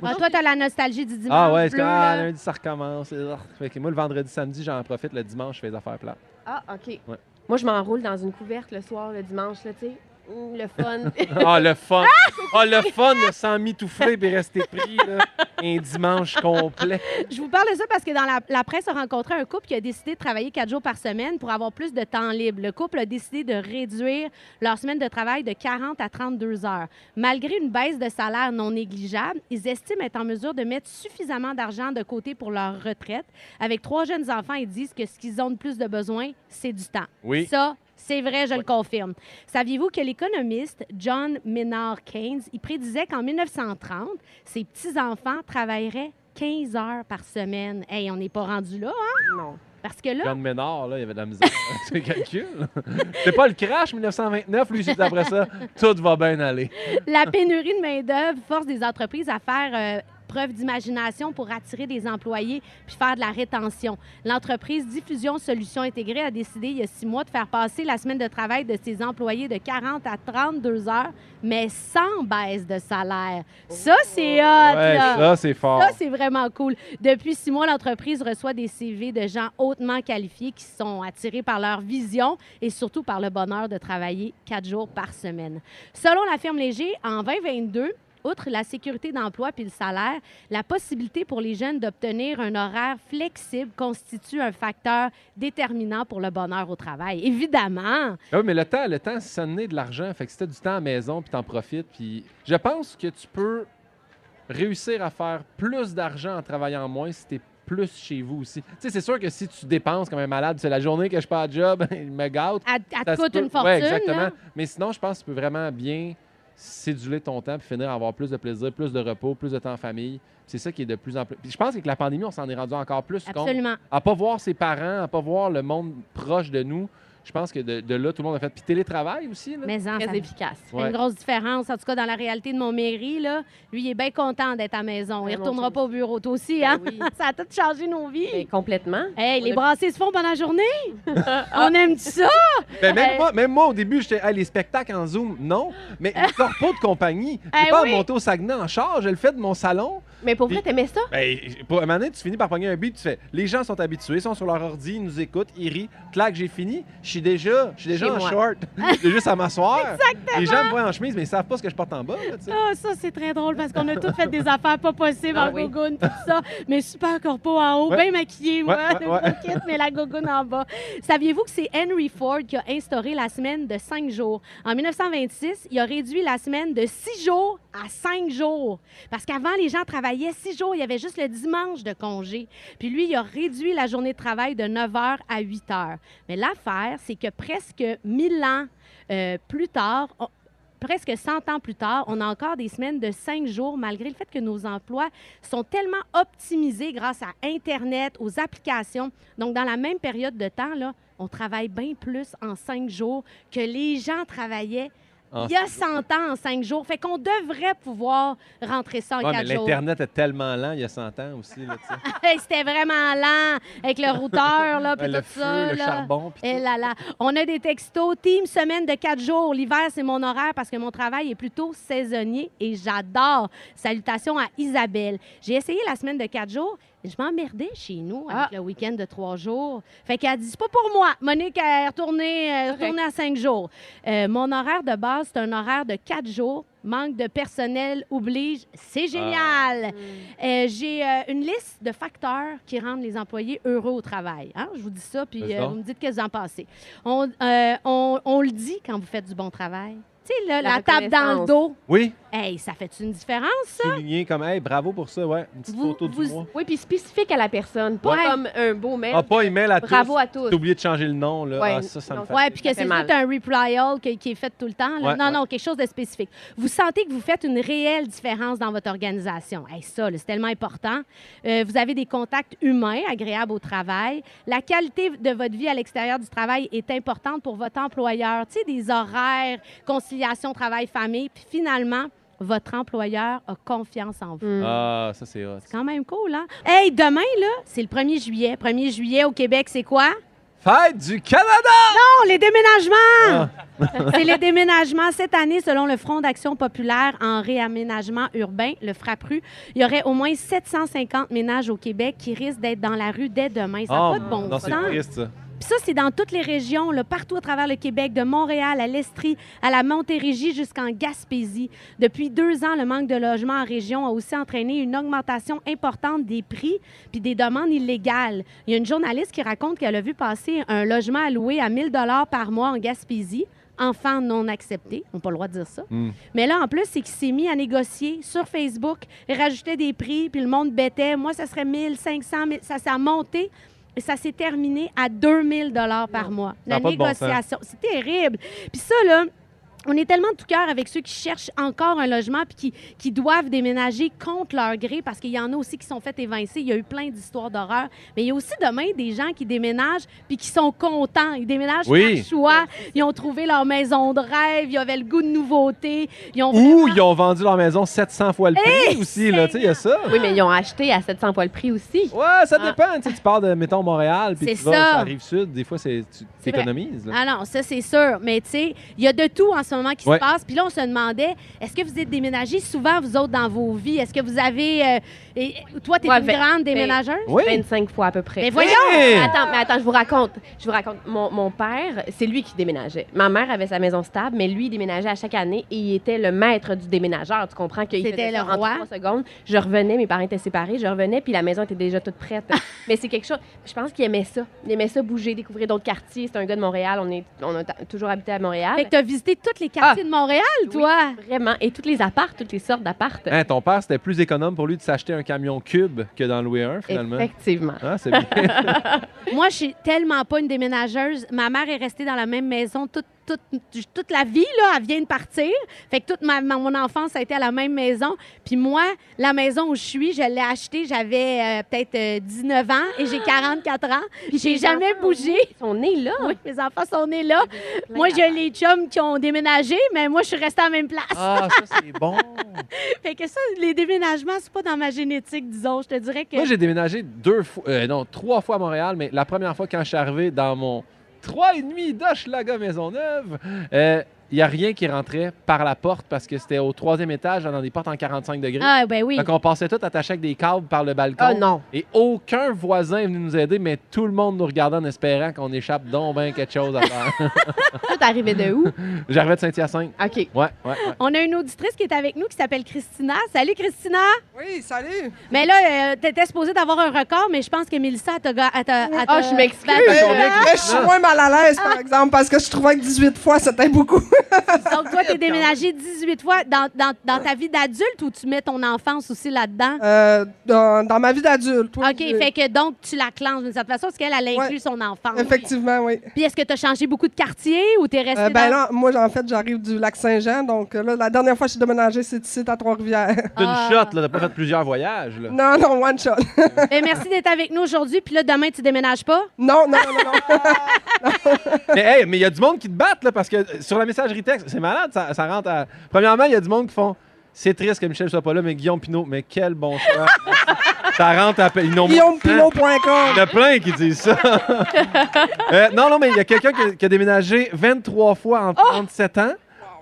B: Ah, toi, t'as la nostalgie du dimanche.
C: ah ouais, c'est
B: bleu,
C: comme, ah,
B: là.
C: lundi, ça recommence. Ah. Fait que moi, le vendredi, samedi, j'en profite. Le dimanche, je fais des affaires plates.
D: Ah, OK.
C: Ouais.
D: Moi, je m'enroule dans une couverte le soir, le dimanche, là, tu sais. Hum, Le fun.
C: Ah, le fun! Ah, le fun de s'en mitoufler et rester pris, là, un dimanche complet.
B: Je vous parle de ça parce que dans la, la presse a rencontré un couple qui a décidé de travailler quatre jours par semaine pour avoir plus de temps libre. Le couple a décidé de réduire leur semaine de travail de 40 à 32 heures. Malgré une baisse de salaire non négligeable, ils estiment être en mesure de mettre suffisamment d'argent de côté pour leur retraite. Avec trois jeunes enfants, ils disent que ce qu'ils ont de plus de besoin, c'est du temps.
M: Oui.
B: Ça, c'est vrai, je le confirme. Saviez-vous que l'économiste John Maynard Keynes, il prédisait qu'en 1930, ses petits-enfants travailleraient 15 heures par semaine. Hey, on n'est pas rendu là, hein?
D: Non.
B: Parce que là,
C: John Ménard, là, il y avait de la misère. C'est calcul. C'est pas le crash 1929, lui, c'est après ça. Tout va bien aller.
B: la pénurie de main-d'œuvre force des entreprises à faire euh, preuve d'imagination pour attirer des employés puis faire de la rétention. L'entreprise Diffusion Solutions Intégrées a décidé il y a six mois de faire passer la semaine de travail de ses employés de 40 à 32 heures, mais sans baisse de salaire. Ça, c'est hot,
C: Ouais,
B: là.
C: ça, c'est fort.
B: Ça, c'est vraiment cool. Depuis six mois, l'entreprise reçoit des CV de gens hautement qualifiés qui sont attirés par leur vision et surtout par le bonheur de travailler quatre jours par semaine. Selon la firme Léger, en 2022, Outre la sécurité d'emploi puis le salaire, la possibilité pour les jeunes d'obtenir un horaire flexible constitue un facteur déterminant pour le bonheur au travail. Évidemment,
C: Ah oui, mais le temps, le temps, ça naît de l'argent. Fait que si t'as du temps à la maison, puis t'en profites, puis je pense que tu peux réussir à faire plus d'argent en travaillant moins si t'es plus chez vous aussi. Tu sais, c'est sûr que si tu dépenses comme un malade, c'est la journée que je pas de job, il me gâte.
B: À- à te
C: ça se
B: coûte
C: peut.
B: une fortune, hein?
C: Ouais, exactement.
B: là.
C: Mais sinon, je pense que tu peux vraiment bien céduler ton temps puis finir à avoir plus de plaisir, plus de repos, plus de temps en famille. C'est ça qui est de plus en plus. Puis je pense qu'avec la pandémie, on s'en est rendu encore plus compte.
B: Absolument.
C: À pas voir ses parents, à pas voir le monde proche de nous. Je pense que de, de là, tout le monde a fait. Puis télétravail aussi. Là.
B: Mais en,
D: Très
B: ça-
D: efficace.
B: Ça fait
C: Ouais.
B: une grosse différence. En tout cas, dans la réalité de mon mairie, là, lui, il est bien content d'être à la maison. Il
D: mon
B: retournera pas au bureau. Toi aussi, hein? ça a tout changé nos vies.
D: complètement.
B: Hey,
D: On
B: les
D: a-
B: brassés se font pendant la journée? On aime ça?
C: Ben, même,
B: Hey.
C: moi, même moi, au début, j'étais Hey, les spectacles en Zoom, non. Mais le repos de compagnie, j'ai
D: Eh
C: pas
D: oui.
C: à monter au Saguenay en charge, je le fais de mon salon.
D: Mais pour vrai,
C: Puis-
D: t'aimais ça?
C: Ben, pour un moment donné, tu finis par pogner un beat, tu fais les gens sont habitués, ils sont sur leur ordi, ils nous écoutent, ils rient. Clac, j'ai fini, je suis déjà, je suis déjà
D: Chez
C: en
D: moi.
C: short. J'ai juste à m'asseoir.
B: Exactement.
C: Les gens me voient en chemise, mais ils savent pas ce que je porte en bas. là, tu sais.
B: Ah, ça, c'est très drôle parce qu'on a tous fait des affaires pas possibles
C: Ah
B: en
C: oui.
B: gogoune, tout ça. Mais super corpo en haut,
C: Ouais.
B: bien maquillé, moi,
C: Ouais, ouais,
B: le
C: ouais.
B: beau kit, mais la gogoune en bas. Saviez-vous que c'est Henry Ford qui a instauré la semaine de cinq jours? En 1926, il a réduit la semaine de six jours à cinq jours. Parce qu'avant, les gens travaillaient six jours, il y avait juste le dimanche de congé. Puis lui, il a réduit la journée de travail de 9 heures à 8 heures. Mais l'affaire, c'est que presque 1000 ans euh, plus tard, on- presque 100 ans plus tard, on a encore des semaines de 5 jours, malgré le fait que nos emplois sont tellement optimisés grâce à Internet, aux applications. Donc, dans la même période de temps, là, on travaille bien plus en 5 jours que les gens travaillaient
C: En
B: il y a
C: cinq
B: 100 ans en 5 jours. Fait qu'on devrait pouvoir rentrer ça en
C: Ouais, mais
B: 4 jours.
C: l'Internet est tellement lent il y a 100 ans aussi. Là, tu sais.
B: Hey, C'était vraiment lent avec le routeur, là, puis
C: Ouais, le
B: tout
C: feu,
B: ça.
C: le
B: là.
C: charbon, puis
B: Eh là là. On a des textos. Team, semaine de quatre jours. L'hiver, c'est mon horaire parce que mon travail est plutôt saisonnier et j'adore. Salutations à Isabelle. J'ai essayé la semaine de quatre jours. et Je m'emmerdais chez nous avec le week-end de trois jours. Fait qu'elle dit, c'est pas pour moi. Monique elle est retournée, euh, retournée à cinq jours. Euh, mon horaire de base, c'est un horaire de quatre jours. Manque de personnel oblige. C'est génial.
M: Mm.
B: Euh, J'ai euh, une liste de facteurs qui rendent les employés heureux au travail. hein. Je vous dis ça, puis
M: Vas-y
B: euh,
M: donc.
B: vous me dites qu'est-ce que vous en pensez. On, euh, on- on le dit quand vous faites du bon travail. Tu sais, là,
D: La
B: la, table dans le
D: reconnaissance.
B: dos.
C: Oui,
B: Hey, ça fait une différence, ça?
C: souligné comme, hey, bravo pour ça, ouais. Une petite photo du mois.
D: Oui, puis spécifique à la personne, pas
C: Ouais.
D: comme un beau mail.
C: Ah, pas email à tous.
D: Bravo à tous.
C: T'as oublié de changer le nom, là.
D: Ouais.
C: Ah, ça, ça me
D: Non,
C: fait.
B: Ouais, puis que
D: fait
B: c'est tout
D: mal.
B: un reply all que- qui est fait tout le temps. là.
C: Ouais,
B: non, non, quelque chose de spécifique. Vous sentez que vous faites une réelle différence dans votre organisation. Hey, ça, là, c'est tellement important. Euh, vous avez des contacts humains agréables au travail. La qualité de votre vie à l'extérieur du travail est importante pour votre employeur. Tu sais, des horaires, conciliation travail-famille. Puis finalement, votre employeur a confiance en vous.
D: Mm.
C: Ah, ça, c'est hot.
B: C'est quand même cool, hein? Hey, demain, là, c'est le 1er juillet. 1er juillet au Québec, c'est quoi?
C: Fête du Canada! Ah.
B: Non, les déménagements! c'est les déménagements. Cette année, selon le Front d'action populaire en réaménagement urbain, le FRAPRU, il y aurait au moins 750 ménages au Québec qui risquent d'être dans la rue dès demain. Ça n'a
C: Ah,
B: pas de bon
C: non,
B: sens.
C: c'est triste, ça.
B: Puis ça, c'est dans toutes les régions, là, partout à travers le Québec, de Montréal à l'Estrie, à la Montérégie jusqu'en Gaspésie. Depuis deux ans, le manque de logements en région a aussi entraîné une augmentation importante des prix puis des demandes illégales. Il y a une journaliste qui raconte qu'elle a vu passer un logement alloué à 1000 dollars par mois en Gaspésie. Enfants non acceptés, on n'a pas le droit de dire ça.
D: Mm.
C: Mm.
B: Mais là, en plus, c'est qu'il s'est mis à négocier sur Facebook, il rajoutait des prix, puis le monde bêtait. Moi, ça serait 1500, 1000. ça s'est monté. Et ça s'est terminé à 2000 dollars par mois.
C: Ça
B: La
C: a pas de bon sens.
B: négociation, c'est terrible. Puis ça là, on est tellement de tout cœur avec ceux qui cherchent encore un logement puis qui, qui doivent déménager contre leur gré parce qu'il y en a aussi qui sont fait évincer. Il y a eu plein d'histoires d'horreur. Mais il y a aussi demain des gens qui déménagent puis qui sont contents. Ils déménagent
C: Oui.
B: par choix. Ils ont trouvé leur maison de rêve. Ils avaient le goût de nouveauté. Ils ont
C: Ou ils ont vendu leur maison 700 fois le prix aussi, là. Tu sais, il y a ça.
D: Oui, mais ils ont acheté à 700 fois le prix aussi.
C: Ouais, ça
D: Ah.
C: dépend. Tu sais, tu pars de, mettons, Montréal, puis
B: C'est
C: tu vas
B: ça.
C: sur la rive sud. Des fois, c'est- tu
B: C'est vrai.
C: t'économises. là.
B: Ah non, ça c'est sûr. Mais tu sais, il y a de tout en ce moment qui
C: Ouais.
B: se passe. Puis là, on se demandait, est-ce que vous êtes déménagé souvent, vous autres, dans vos vies? Est-ce que vous avez. euh, et- toi, t'es
D: Moi,
B: une
D: vingt-
B: grande déménageuse?
C: Oui.
D: 25 fois à peu près.
B: Mais voyons!
C: Hey!
D: Attends, mais attends, je vous raconte. Je vous raconte. Mon, mon père, c'est lui qui déménageait. Ma mère avait sa maison stable, mais lui, il déménageait à chaque année et il était le maître du déménageur. Tu comprends qu'il
B: C'était
D: faisait ça
B: le
D: en
B: roi.
D: trois secondes. Je revenais, mes parents étaient séparés, je revenais, puis la maison était déjà toute prête. mais c'est quelque chose. Je pense qu'il aimait ça. Il aimait ça bouger, découvrir d'autres quartiers. C'est un gars de Montréal. On, est, on a t- toujours habité à Montréal. Ah!
B: Fait que t'as visité tous les quartiers de Montréal, toi?
D: Vraiment. Et toutes les apparts, toutes les sortes d'apparts.
C: Hein, ton père, c'était plus économe pour lui de s'acheter un camion cube que d'en louer un, finalement.
D: Effectivement.
C: Ah, c'est bien.
B: Moi, je suis tellement pas une déménageuse. Ma mère est restée dans la même maison toute, toute, toute la vie, là. Elle vient de partir. Fait que toute ma, ma- mon enfance ça a été à la même maison. Puis moi, la maison où je suis, je l'ai achetée, j'avais euh, peut-être euh, 19 ans et j'ai 44 ans. J'ai
D: tes
B: jamais
D: enfants,
B: bougé.
D: Ils sont nés là.
B: Oui, mes enfants sont nés là. Moi, j'ai les chums qui ont déménagé, mais moi, je suis restée à la même place.
C: ah, ça, c'est bon.
B: Fait que ça, les déménagements, c'est pas dans ma génétique, disons. Je te dirais que.
C: Moi, j'ai déménagé deux fois, euh, non, trois fois à Montréal, mais la première fois quand je suis arrivé dans mon 3,5 d'Hochelaga Maisonneuve, euh, il n'y a rien qui rentrait par la porte parce que c'était au troisième étage, dans des portes en 45 degrés.
B: Ah, ben oui.
C: Donc, on passait tout attaché avec des câbles par le balcon.
D: Oh non.
C: Et aucun voisin est venu nous aider, mais tout le monde nous regardait en espérant qu'on échappe donc ben quelque chose à faire.
D: Toi, t'arrivais de où?
C: J'arrivais de Saint-Hyacinthe.
D: OK.
C: Ouais, ouais, ouais.
B: On a une auditrice qui est avec nous qui s'appelle Christina. Salut, Christina!
M: Oui, salut!
B: Mais là, euh, t'étais supposée d'avoir un record, mais je pense que Mélissa, elle t'a. ga- elle t'a- elle
D: Ah,
B: t'a-
D: je m'excuse.
M: Euh,
B: battu.
M: là, je suis moins mal à l'aise, par exemple, parce que je trouvais que 18 fois, c'était beaucoup.
B: Donc, toi, t'es déménagée 18 fois dans, dans- dans ta vie d'adulte ou tu mets ton enfance aussi là-dedans?
M: Euh, dans, dans ma vie d'adulte. oui.
B: OK, fait que donc, tu la clenches d'une certaine façon parce qu'elle, elle inclut
M: Ouais.
B: son enfance.
M: Effectivement, oui.
B: Puis, est-ce que t'as changé beaucoup de quartier ou t'es restée
M: Euh, ben
B: dans-
M: là, moi, en fait, j'arrive du lac Saint-Jean, donc euh, là, la dernière fois que je suis déménagée, c'est ici, à Trois-Rivières.
C: D'une
B: Ah.
C: shot, là, t'as pas fait plusieurs voyages, là.
M: non, non, one shot.
B: Ben, merci d'être avec nous aujourd'hui. Puis là, demain, tu déménages pas?
M: Non, non, non, non.
C: Mais hey, mais il y a du monde qui te batte, là, parce que euh, sur la messagerie texte, c'est malade, ça, ça rentre à. Premièrement, il y a du monde qui font. C'est triste que Michel soit pas là, mais Guillaume Pinot, mais quel bon choix. ça rentre à. pe- Ils n'ont Il y
M: GuillaumePinot.com.
C: en a plein qui disent ça. Euh, non, non, mais il y a quelqu'un qui, a- qui a déménagé 23 fois en 37 ans.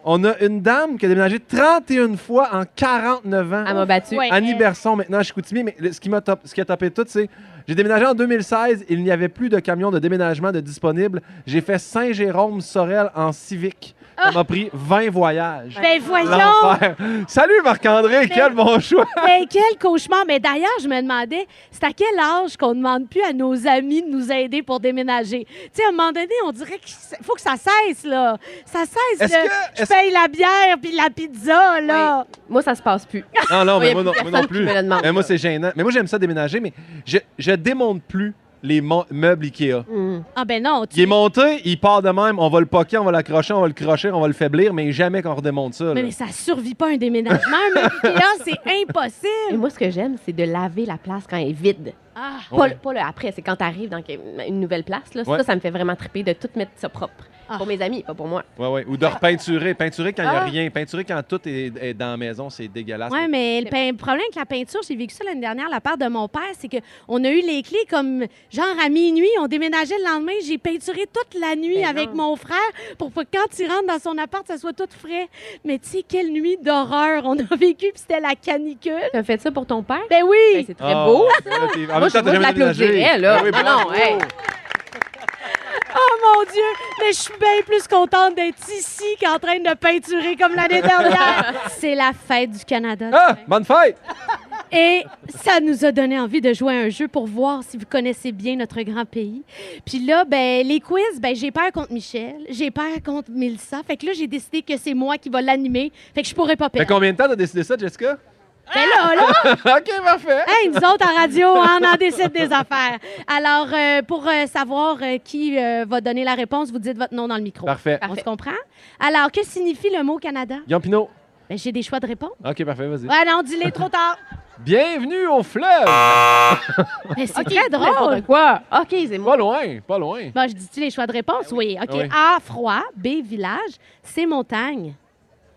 C: On a une dame qui a déménagé 31 fois en 49 ans.
D: Elle m'a battu.
B: Ouais.
C: Annie Berson, maintenant, je suis coutumier, mais le- ce qui m'a top- ce qui a tapé tout, c'est j'ai déménagé en 2016, il n'y avait plus de camion de déménagement de disponible. J'ai fait Saint-Jérôme-Sorel en civique. Ça m'a pris 20 voyages.
B: Ben, voyons!
C: L'enfer. Salut
D: Ben,
C: Marc-André, quel bon choix!
B: Mais quel cauchemar! Mais d'ailleurs, je me demandais, c'est à quel âge qu'on demande plus à nos amis de nous aider pour déménager? Tu sais, à un moment donné, on dirait qu'il faut que ça cesse, là. Ça cesse,
C: Est-ce
B: là.
C: que-
B: Je paye la bière puis la pizza, là.
D: Moi, ça se passe plus.
C: Non, non, mais moi non,
D: Il y a personne
C: moi non
D: qui
C: plus.
D: me le demande.
C: Mais moi, c'est gênant. Mais moi, j'aime ça déménager, mais je, je démonte plus les mon- meubles Ikea.
B: Ah ben non, tu...
C: Il est monté, il part de même, on va le poquer, on va l'accrocher, on va le crocher, on va le faiblir, mais jamais qu'on redémonte ça. là.
B: Mais, mais ça survit pas à un déménagement, mais là, c'est impossible.
D: Et moi, ce que j'aime, c'est de laver la place quand elle est vide.
B: Ah.
D: Pas,
C: Ouais.
D: le, pas le après, c'est quand tu arrives dans une nouvelle place. Là,
C: Ouais.
D: Ça, ça me fait vraiment triper de tout mettre ça propre. Pour mes amis, pas pour moi.
C: Ouais, ouais.
B: Ah.
C: Ou de repeinturer. Peinturer quand il n'y a
D: Ah.
C: rien. Peinturer quand tout est, est dans la maison, c'est dégueulasse.
B: Oui, mais le pein- problème avec la peinture, j'ai vécu ça l'année dernière, la part de mon père, c'est qu'on a eu les clés comme genre à minuit, on déménageait le lendemain, j'ai peinturé toute la nuit
D: Ben
B: avec mon frère pour que quand il rentre dans son appart, ça soit tout frais. Mais tu sais, quelle nuit d'horreur on a vécu, puis c'était la canicule.
D: T'as fait ça pour ton père?
B: Ben oui!
D: c'est
C: Ah,
D: très beau. ça.
C: là, t'es-
D: Moi, je-
C: en même temps, t'as
D: moi, je
C: jamais
D: l'applaudirais,
B: hein,
C: déménagé.
D: là.
C: Ah oui,
D: non,
C: bravo.
D: non, hey.
B: Oh mon Dieu! Mais je suis bien plus contente d'être ici qu'en train de peinturer comme l'année dernière. C'est la fête du Canada.
C: Ah, bonne fête!
B: Et ça nous a donné envie de jouer à un jeu pour voir si vous connaissez bien notre grand pays. Puis là, ben, les quiz, ben, j'ai peur contre Michel, j'ai peur contre Milsa. Fait que là, j'ai décidé que c'est moi qui va l'animer. Fait que je pourrais pas
C: Fait
B: perdre.
C: combien de temps t'as décidé ça, Jessica?
B: Ben là, là!
C: OK, parfait.
B: Hey, nous autres, en radio, hein, on en décide des affaires. Alors, euh, pour euh, savoir euh, qui euh, va donner la réponse, vous dites votre nom dans le micro.
C: Parfait.
B: On se comprend? Alors, que signifie le mot Canada?
C: Guillaume Pinot.
B: Ben, j'ai des choix de réponse.
C: OK, parfait, vas-y.
B: Ouais, non, dis-les trop tard.
C: Bienvenue au fleuve!
B: Mais c'est
D: Ok,
B: très drôle.
D: n'importe quoi. OK, c'est moi.
C: Pas loin, pas loin.
B: Bon, je dis-tu les choix de réponse? oui. OK.
C: Ah Oui.
B: A, froid. B, village. C, montagne.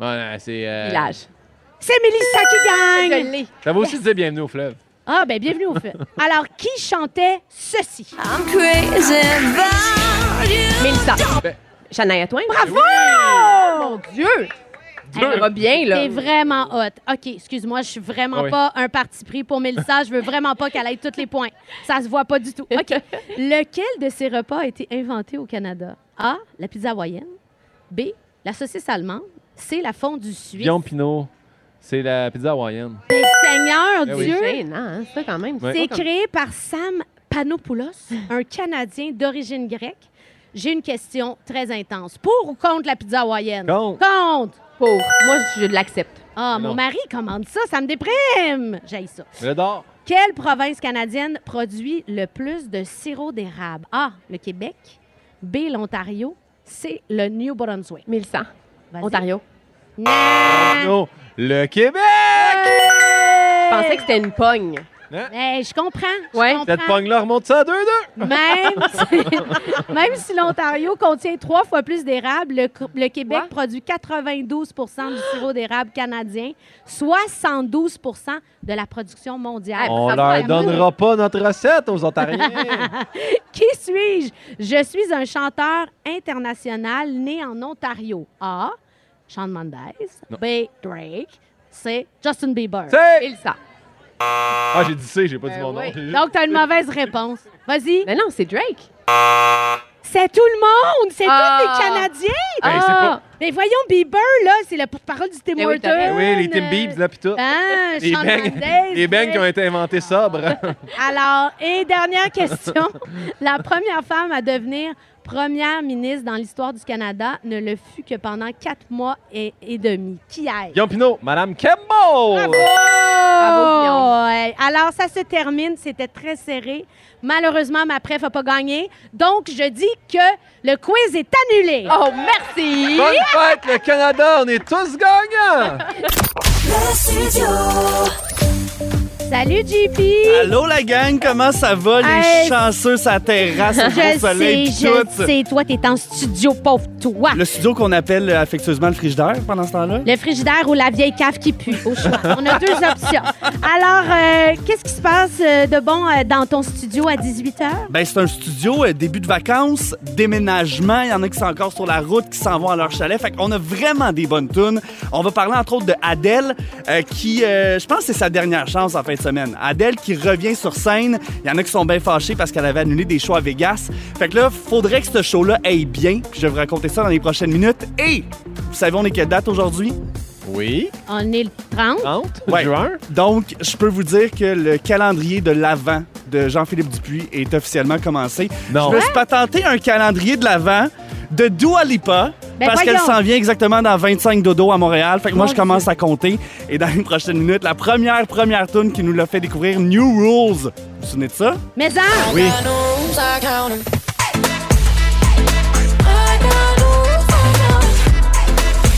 C: Ouais, c'est. euh,
D: Village.
B: C'est Mélissa qui
D: Je
B: gagne!
D: l'ai.
C: J'avais aussi dit bienvenue au fleuve.
B: Ah, ben, bienvenue au feu. Alors, qui chantait ceci?
D: Mélissa.
C: Ben-
D: Shania Twain. Bravo! Mon Dieu! Tu
C: Deux.
D: verras bien, là.
B: T'es vraiment hot. OK, excuse-moi, je suis vraiment
C: Ah oui.
B: pas un parti pris pour Mélissa. Je veux vraiment pas qu'elle aille tous les points. Ça se voit pas du tout. OK. Lequel de ces repas a été inventé au Canada? A, la pizza hawaïenne. B, la saucisse allemande. C, la fondue suisse.
C: Guillaume Pinot, c'est la pizza hawaïenne.
B: Mais Seigneur
C: Ben oui.
B: Dieu!
D: C'est gênant, hein, ça, quand même.
C: Ouais.
B: C'est créé par Sam Panopoulos, un Canadien d'origine grecque. J'ai une question très intense. Pour ou contre la pizza hawaïenne?
C: Contre.
B: Contre!
D: Pour. Moi, je l'accepte.
B: Ah,
C: Mais
B: mon
C: non.
B: mari commande ça, ça me déprime! J'ai ça.
C: Le d'or.
B: Quelle province canadienne produit le plus de sirop d'érable? A, le Québec. B, l'Ontario. C, le New Brunswick.
D: Mélissa.
B: Vas-y.
D: Ontario.
B: Non!
C: Non, le Québec!
D: Je pensais que c'était une pogne.
B: Hey, je comprends. je
D: Hein? Ouais.
B: comprends.
C: Cette pogne-là remonte ça à 2-2.
B: Même si, même si l'Ontario contient trois fois plus d'érable, le, cr- le Québec
D: Quoi?
B: produit 92 du sirop d'érable canadien, 72 de la production mondiale.
C: On
D: ça
C: leur
D: va,
C: donnera pas notre recette aux Ontariens.
B: Qui suis-je? Je suis un chanteur international né en Ontario. A. Sean Mendes.
C: Non.
B: B. Drake. C. Justin Bieber.
C: C'est-
D: Mélissa.
C: Ah, j'ai dit C, j'ai pas dit
B: Euh,
D: Ben
C: mon nom.
D: oui.
C: J'ai juste-
B: Donc, tu as une mauvaise réponse. Vas-y.
D: Mais non, c'est Drake.
B: C'est tout le monde! C'est
D: Ah.
B: tous les Canadiens!
C: Ben, c'est
D: Ah!
B: Mais voyons, Bieber, là, c'est le porte-parole du Tim
D: Ben oui,
B: Hortons.
D: t'as
C: Ben oui, les Tim Biebs, là, pis tout.
D: Hein,
B: Ah,
C: Les
B: Shawn
C: bangs,
B: Mendes,
C: les bangs qui ont été inventés sobres.
D: Ah.
B: Alors, et dernière question. La première femme à devenir première ministre dans l'histoire du Canada ne le fut que pendant quatre mois et, et demi. Qui est
C: Guillaume Pinot, Madame Campbell!
D: hein. Bravo,
B: Ouais. Alors, ça se termine. C'était très serré. Malheureusement, ma préf n'a pas gagné. Donc, je dis que le quiz est annulé.
D: Oh, merci!
C: Bonne fête, le Canada, on est tous gagnants!
B: Salut, JP!
N: Allô la gang, comment ça va les
B: Hey.
N: chanceux sa terrasse au
B: Je
N: beau
B: le
N: soleil
B: sais,
N: pis
B: je le
N: tout.
B: sais. Toi, t'es en studio, pauvre toi.
N: Le studio qu'on appelle euh, affectueusement le frigidaire pendant ce temps-là.
B: Le frigidaire ou la vieille cave qui pue, au choix. On a deux options. Alors, euh, qu'est-ce qui se passe euh, de bon euh, dans ton studio à 18 h?
N: Ben, c'est un studio, euh, début de vacances, déménagement. Il y en a qui sont encore sur la route, qui s'en vont à leur chalet. Fait qu'on a vraiment des bonnes tunes. On va parler entre autres de Adèle, euh, qui, euh, je pense, que c'est sa dernière chance en fin de semaine. Adèle qui revient sur scène. Il y en a qui sont bien fâchés parce qu'elle avait annulé des shows à Vegas. Fait que là, faudrait que ce show-là aille bien. Puis je vais vous raconter ça dans les prochaines minutes. Et vous savez, on est quelle date aujourd'hui? Oui.
B: On est le 30.
N: Ouais. Donc, je peux vous dire que le calendrier de l'Avent de Jean-Philippe Dupuis est officiellement commencé. Je me suis patenté un calendrier de l'Avent de Dua Lipa
A: Ben
N: parce qu'elle
A: voyons.
N: s'en vient exactement dans 25 dodo à Montréal. Fait que moi,
A: Mon
N: je commence à compter. Et dans les prochaines minutes, la première, première tune qui nous l'a fait découvrir, New Rules. Vous vous souvenez de ça?
B: Mais hein? ça!
N: Oui.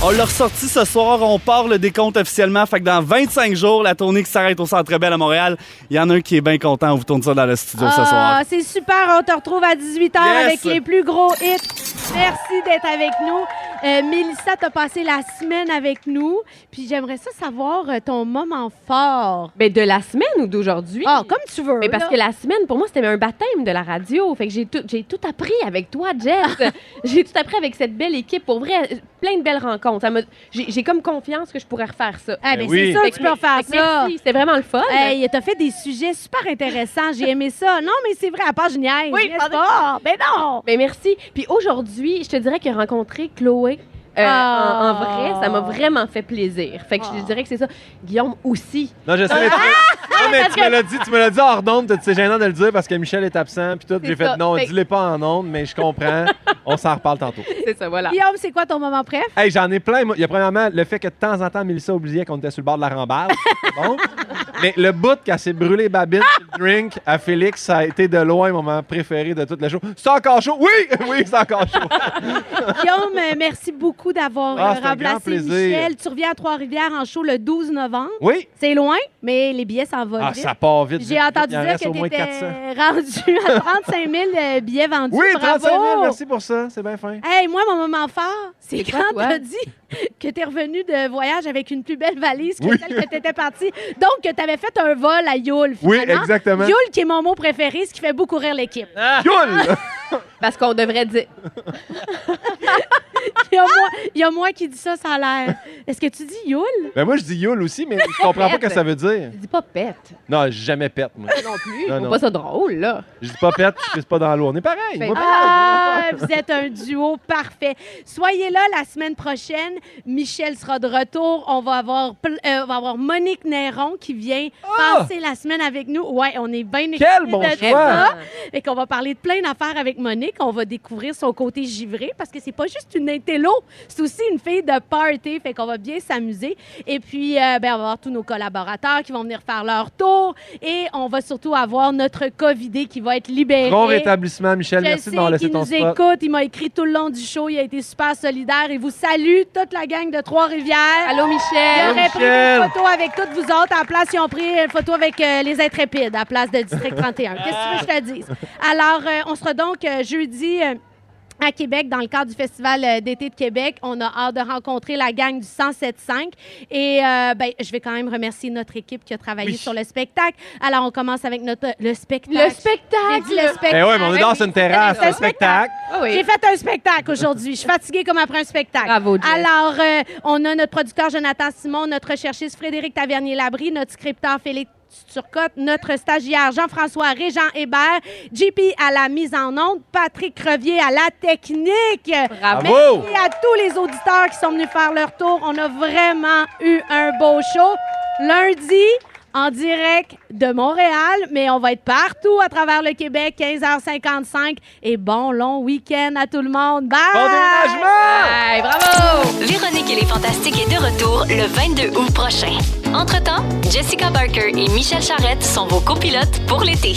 N: On l'a ressorti ce soir, on part le décompte officiellement. Fait que dans 25 jours, la tournée qui s'arrête au Centre Bell à Montréal, il y en a un qui est bien content, on vous tourne ça dans le studio ce soir.
B: Ah, c'est super. On te retrouve à 18h
N: Yes.
B: avec les plus gros hits. Merci d'être avec nous. Euh, Mélissa, t'as passé la semaine avec nous. Puis j'aimerais ça savoir euh, ton moment fort.
D: Ben, de la semaine ou d'aujourd'hui?
B: Ah, comme tu veux.
D: Mais parce
B: là.
D: que la semaine, pour moi, c'était un baptême de la radio. Fait que j'ai tout, j'ai tout appris avec toi, Jess. j'ai tout appris avec cette belle équipe. Pour vrai, plein de belles rencontres. Ça m'a- j'ai, j'ai comme confiance que je pourrais refaire ça.
B: Ah, ben, c'est sûr que tu peux faire ça.
D: Merci, c'était vraiment le fun.
B: Hey, t'as fait des sujets super intéressants. J'ai aimé ça. Non, mais c'est vrai, à part génial.
D: Oui,
B: n'est-ce
D: pardon.
B: pas? Ben non!
D: Ben merci. Puis aujourd'hui, je te dirais que rencontrer Chloé euh,
B: Ah.
D: en, en vrai, ça m'a vraiment fait plaisir. Fait que je te dirais que c'est ça. Guillaume aussi.
C: Non, je sais, mais tu, non, mais
D: Ah! parce
C: tu me
D: que-
C: l'as dit, tu me l'as dit hors nombre, c'est gênant de le dire parce que Michel est absent, puis tout.
D: C'est
C: J'ai fait
D: ça.
C: non,
D: Fait-
C: dis-le pas en nombre, mais je comprends. On s'en reparle tantôt.
D: C'est ça, voilà.
B: Guillaume, c'est quoi ton moment préf?
C: Hey, j'en ai plein. moi. Il y a premièrement le fait que de temps en temps, Mélissa oubliait qu'on était sur le bord de la rambarde. Bon. Mais le bout qu'elle s'est brûlé babine sur le drink à Félix, ça a été de loin mon moment préféré de toute la show. C'est encore chaud? Oui! Oui, c'est encore chaud.
B: Guillaume, euh, merci beaucoup d'avoir
C: Ah,
B: euh,
C: c'est un grand
B: remplacé
C: plaisir.
B: Michel. Tu reviens à Trois-Rivières en show le 12 novembre.
C: Oui.
B: C'est loin, mais les billets s'en vont
C: Ah,
B: vite.
C: ça part vite.
B: J'ai entendu
C: Il
B: dire
C: en
B: que
C: reste
B: tu
C: au moins
B: étais
C: 400.
B: rendu à 35 000 euh, billets vendus.
C: Oui,
B: Bravo!
C: 35 000, merci pour ça. C'est bien fin.
B: Hey, moi, mon moment fort, c'est
C: C'est quoi,
B: quand
C: toi?
B: t'as dit que t'es revenu de voyage avec une plus belle valise que
C: Oui.
B: celle que t'étais partie. Donc, que t'avais fait un vol à Yule,
C: Oui,
B: finalement.
C: exactement.
B: Yule, qui est mon mot préféré, ce qui fait beaucoup rire l'équipe.
C: Ah! Yule!
D: Parce qu'on devrait dire.
B: il, y a moi, il y a moi qui dis ça, ça a l'air. Est-ce que tu dis Yule?
C: Ben moi, je dis Yule aussi, mais je comprends pas ce que ça veut dire.
D: Dis pas pète.
C: Non, j'ai jamais pète, moi.
D: Non plus. Je
C: Non,
D: trouve
C: non.
D: pas ça drôle, là.
C: Je dis pas pète, je pisse pas dans l'eau. On est pareil.
B: Ben,
C: moi,
B: ah, vous êtes un duo parfait. Soyez là la semaine prochaine. Michel sera de retour. On va avoir, pl- euh, on va avoir Monique Néron qui vient passer la semaine avec nous. Ouais, on est bien excités
C: Ah! bon
B: de
C: choix!
B: ça. Et qu'on va parler de plein d'affaires avec Monique. On va découvrir son côté givré parce que c'est pas juste une intello, c'est aussi une fille de party. Fait qu'on va bien s'amuser. Et puis, euh, ben, on va avoir tous nos collaborateurs qui vont venir faire leur tour. Et on va surtout avoir notre COVIDé qui va être libéré.
C: Bon rétablissement, Michel.
B: Je
C: Merci
B: sais
C: de m'avoir laissé
B: qu'il
C: ton
B: nous
C: spot.
B: écoute. Il m'a écrit tout le long du show. Il a été super solidaire. Il vous salue, toute la gang de Trois-Rivières.
D: Allô, Michel.
B: Il
D: Allô,
B: aurait pris
D: Michel.
B: une photo avec toutes vous autres. À la place, ils ont pris une photo avec euh, les intrépides à la place de District 31. Qu'est-ce que tu veux que je te dise? Alors, euh, on sera donc euh, jeudi... euh, à Québec, dans le cadre du Festival euh, d'été de Québec, on a hâte de rencontrer la gang du 107.5. Et euh, ben, je vais quand même remercier notre équipe qui a travaillé
C: Oui.
B: sur le spectacle. Alors, on commence avec notre le spectacle. Le
D: spectacle!
B: J'ai dit le spectacle.
C: Ben ouais, mais on est dans une terrasse,
B: C'est
C: un spectacle.
B: J'ai fait un spectacle aujourd'hui. Je suis fatiguée comme après un spectacle. Alors, euh, on a notre producteur Jonathan Simon, notre recherchiste Frédéric Tavernier-Labrie, notre scripteur Félix Turcotte, notre stagiaire Jean-François Régent Hébert, JP à la mise en onde, Patrick Crevier à la technique.
A: Bravo!
B: Merci à tous les auditeurs qui sont venus faire leur tour. On a vraiment eu un beau show. Lundi, en direct de Montréal, mais on va être partout à travers le Québec, 15h55. Et bon long week-end à tout le monde. Bye!
E: Bon
B: Bye!
E: bravo! Véronique et les Fantastiques est de retour le 22 août prochain. Entre-temps, Jessica Barker et Michel Charrette sont vos copilotes pour l'été.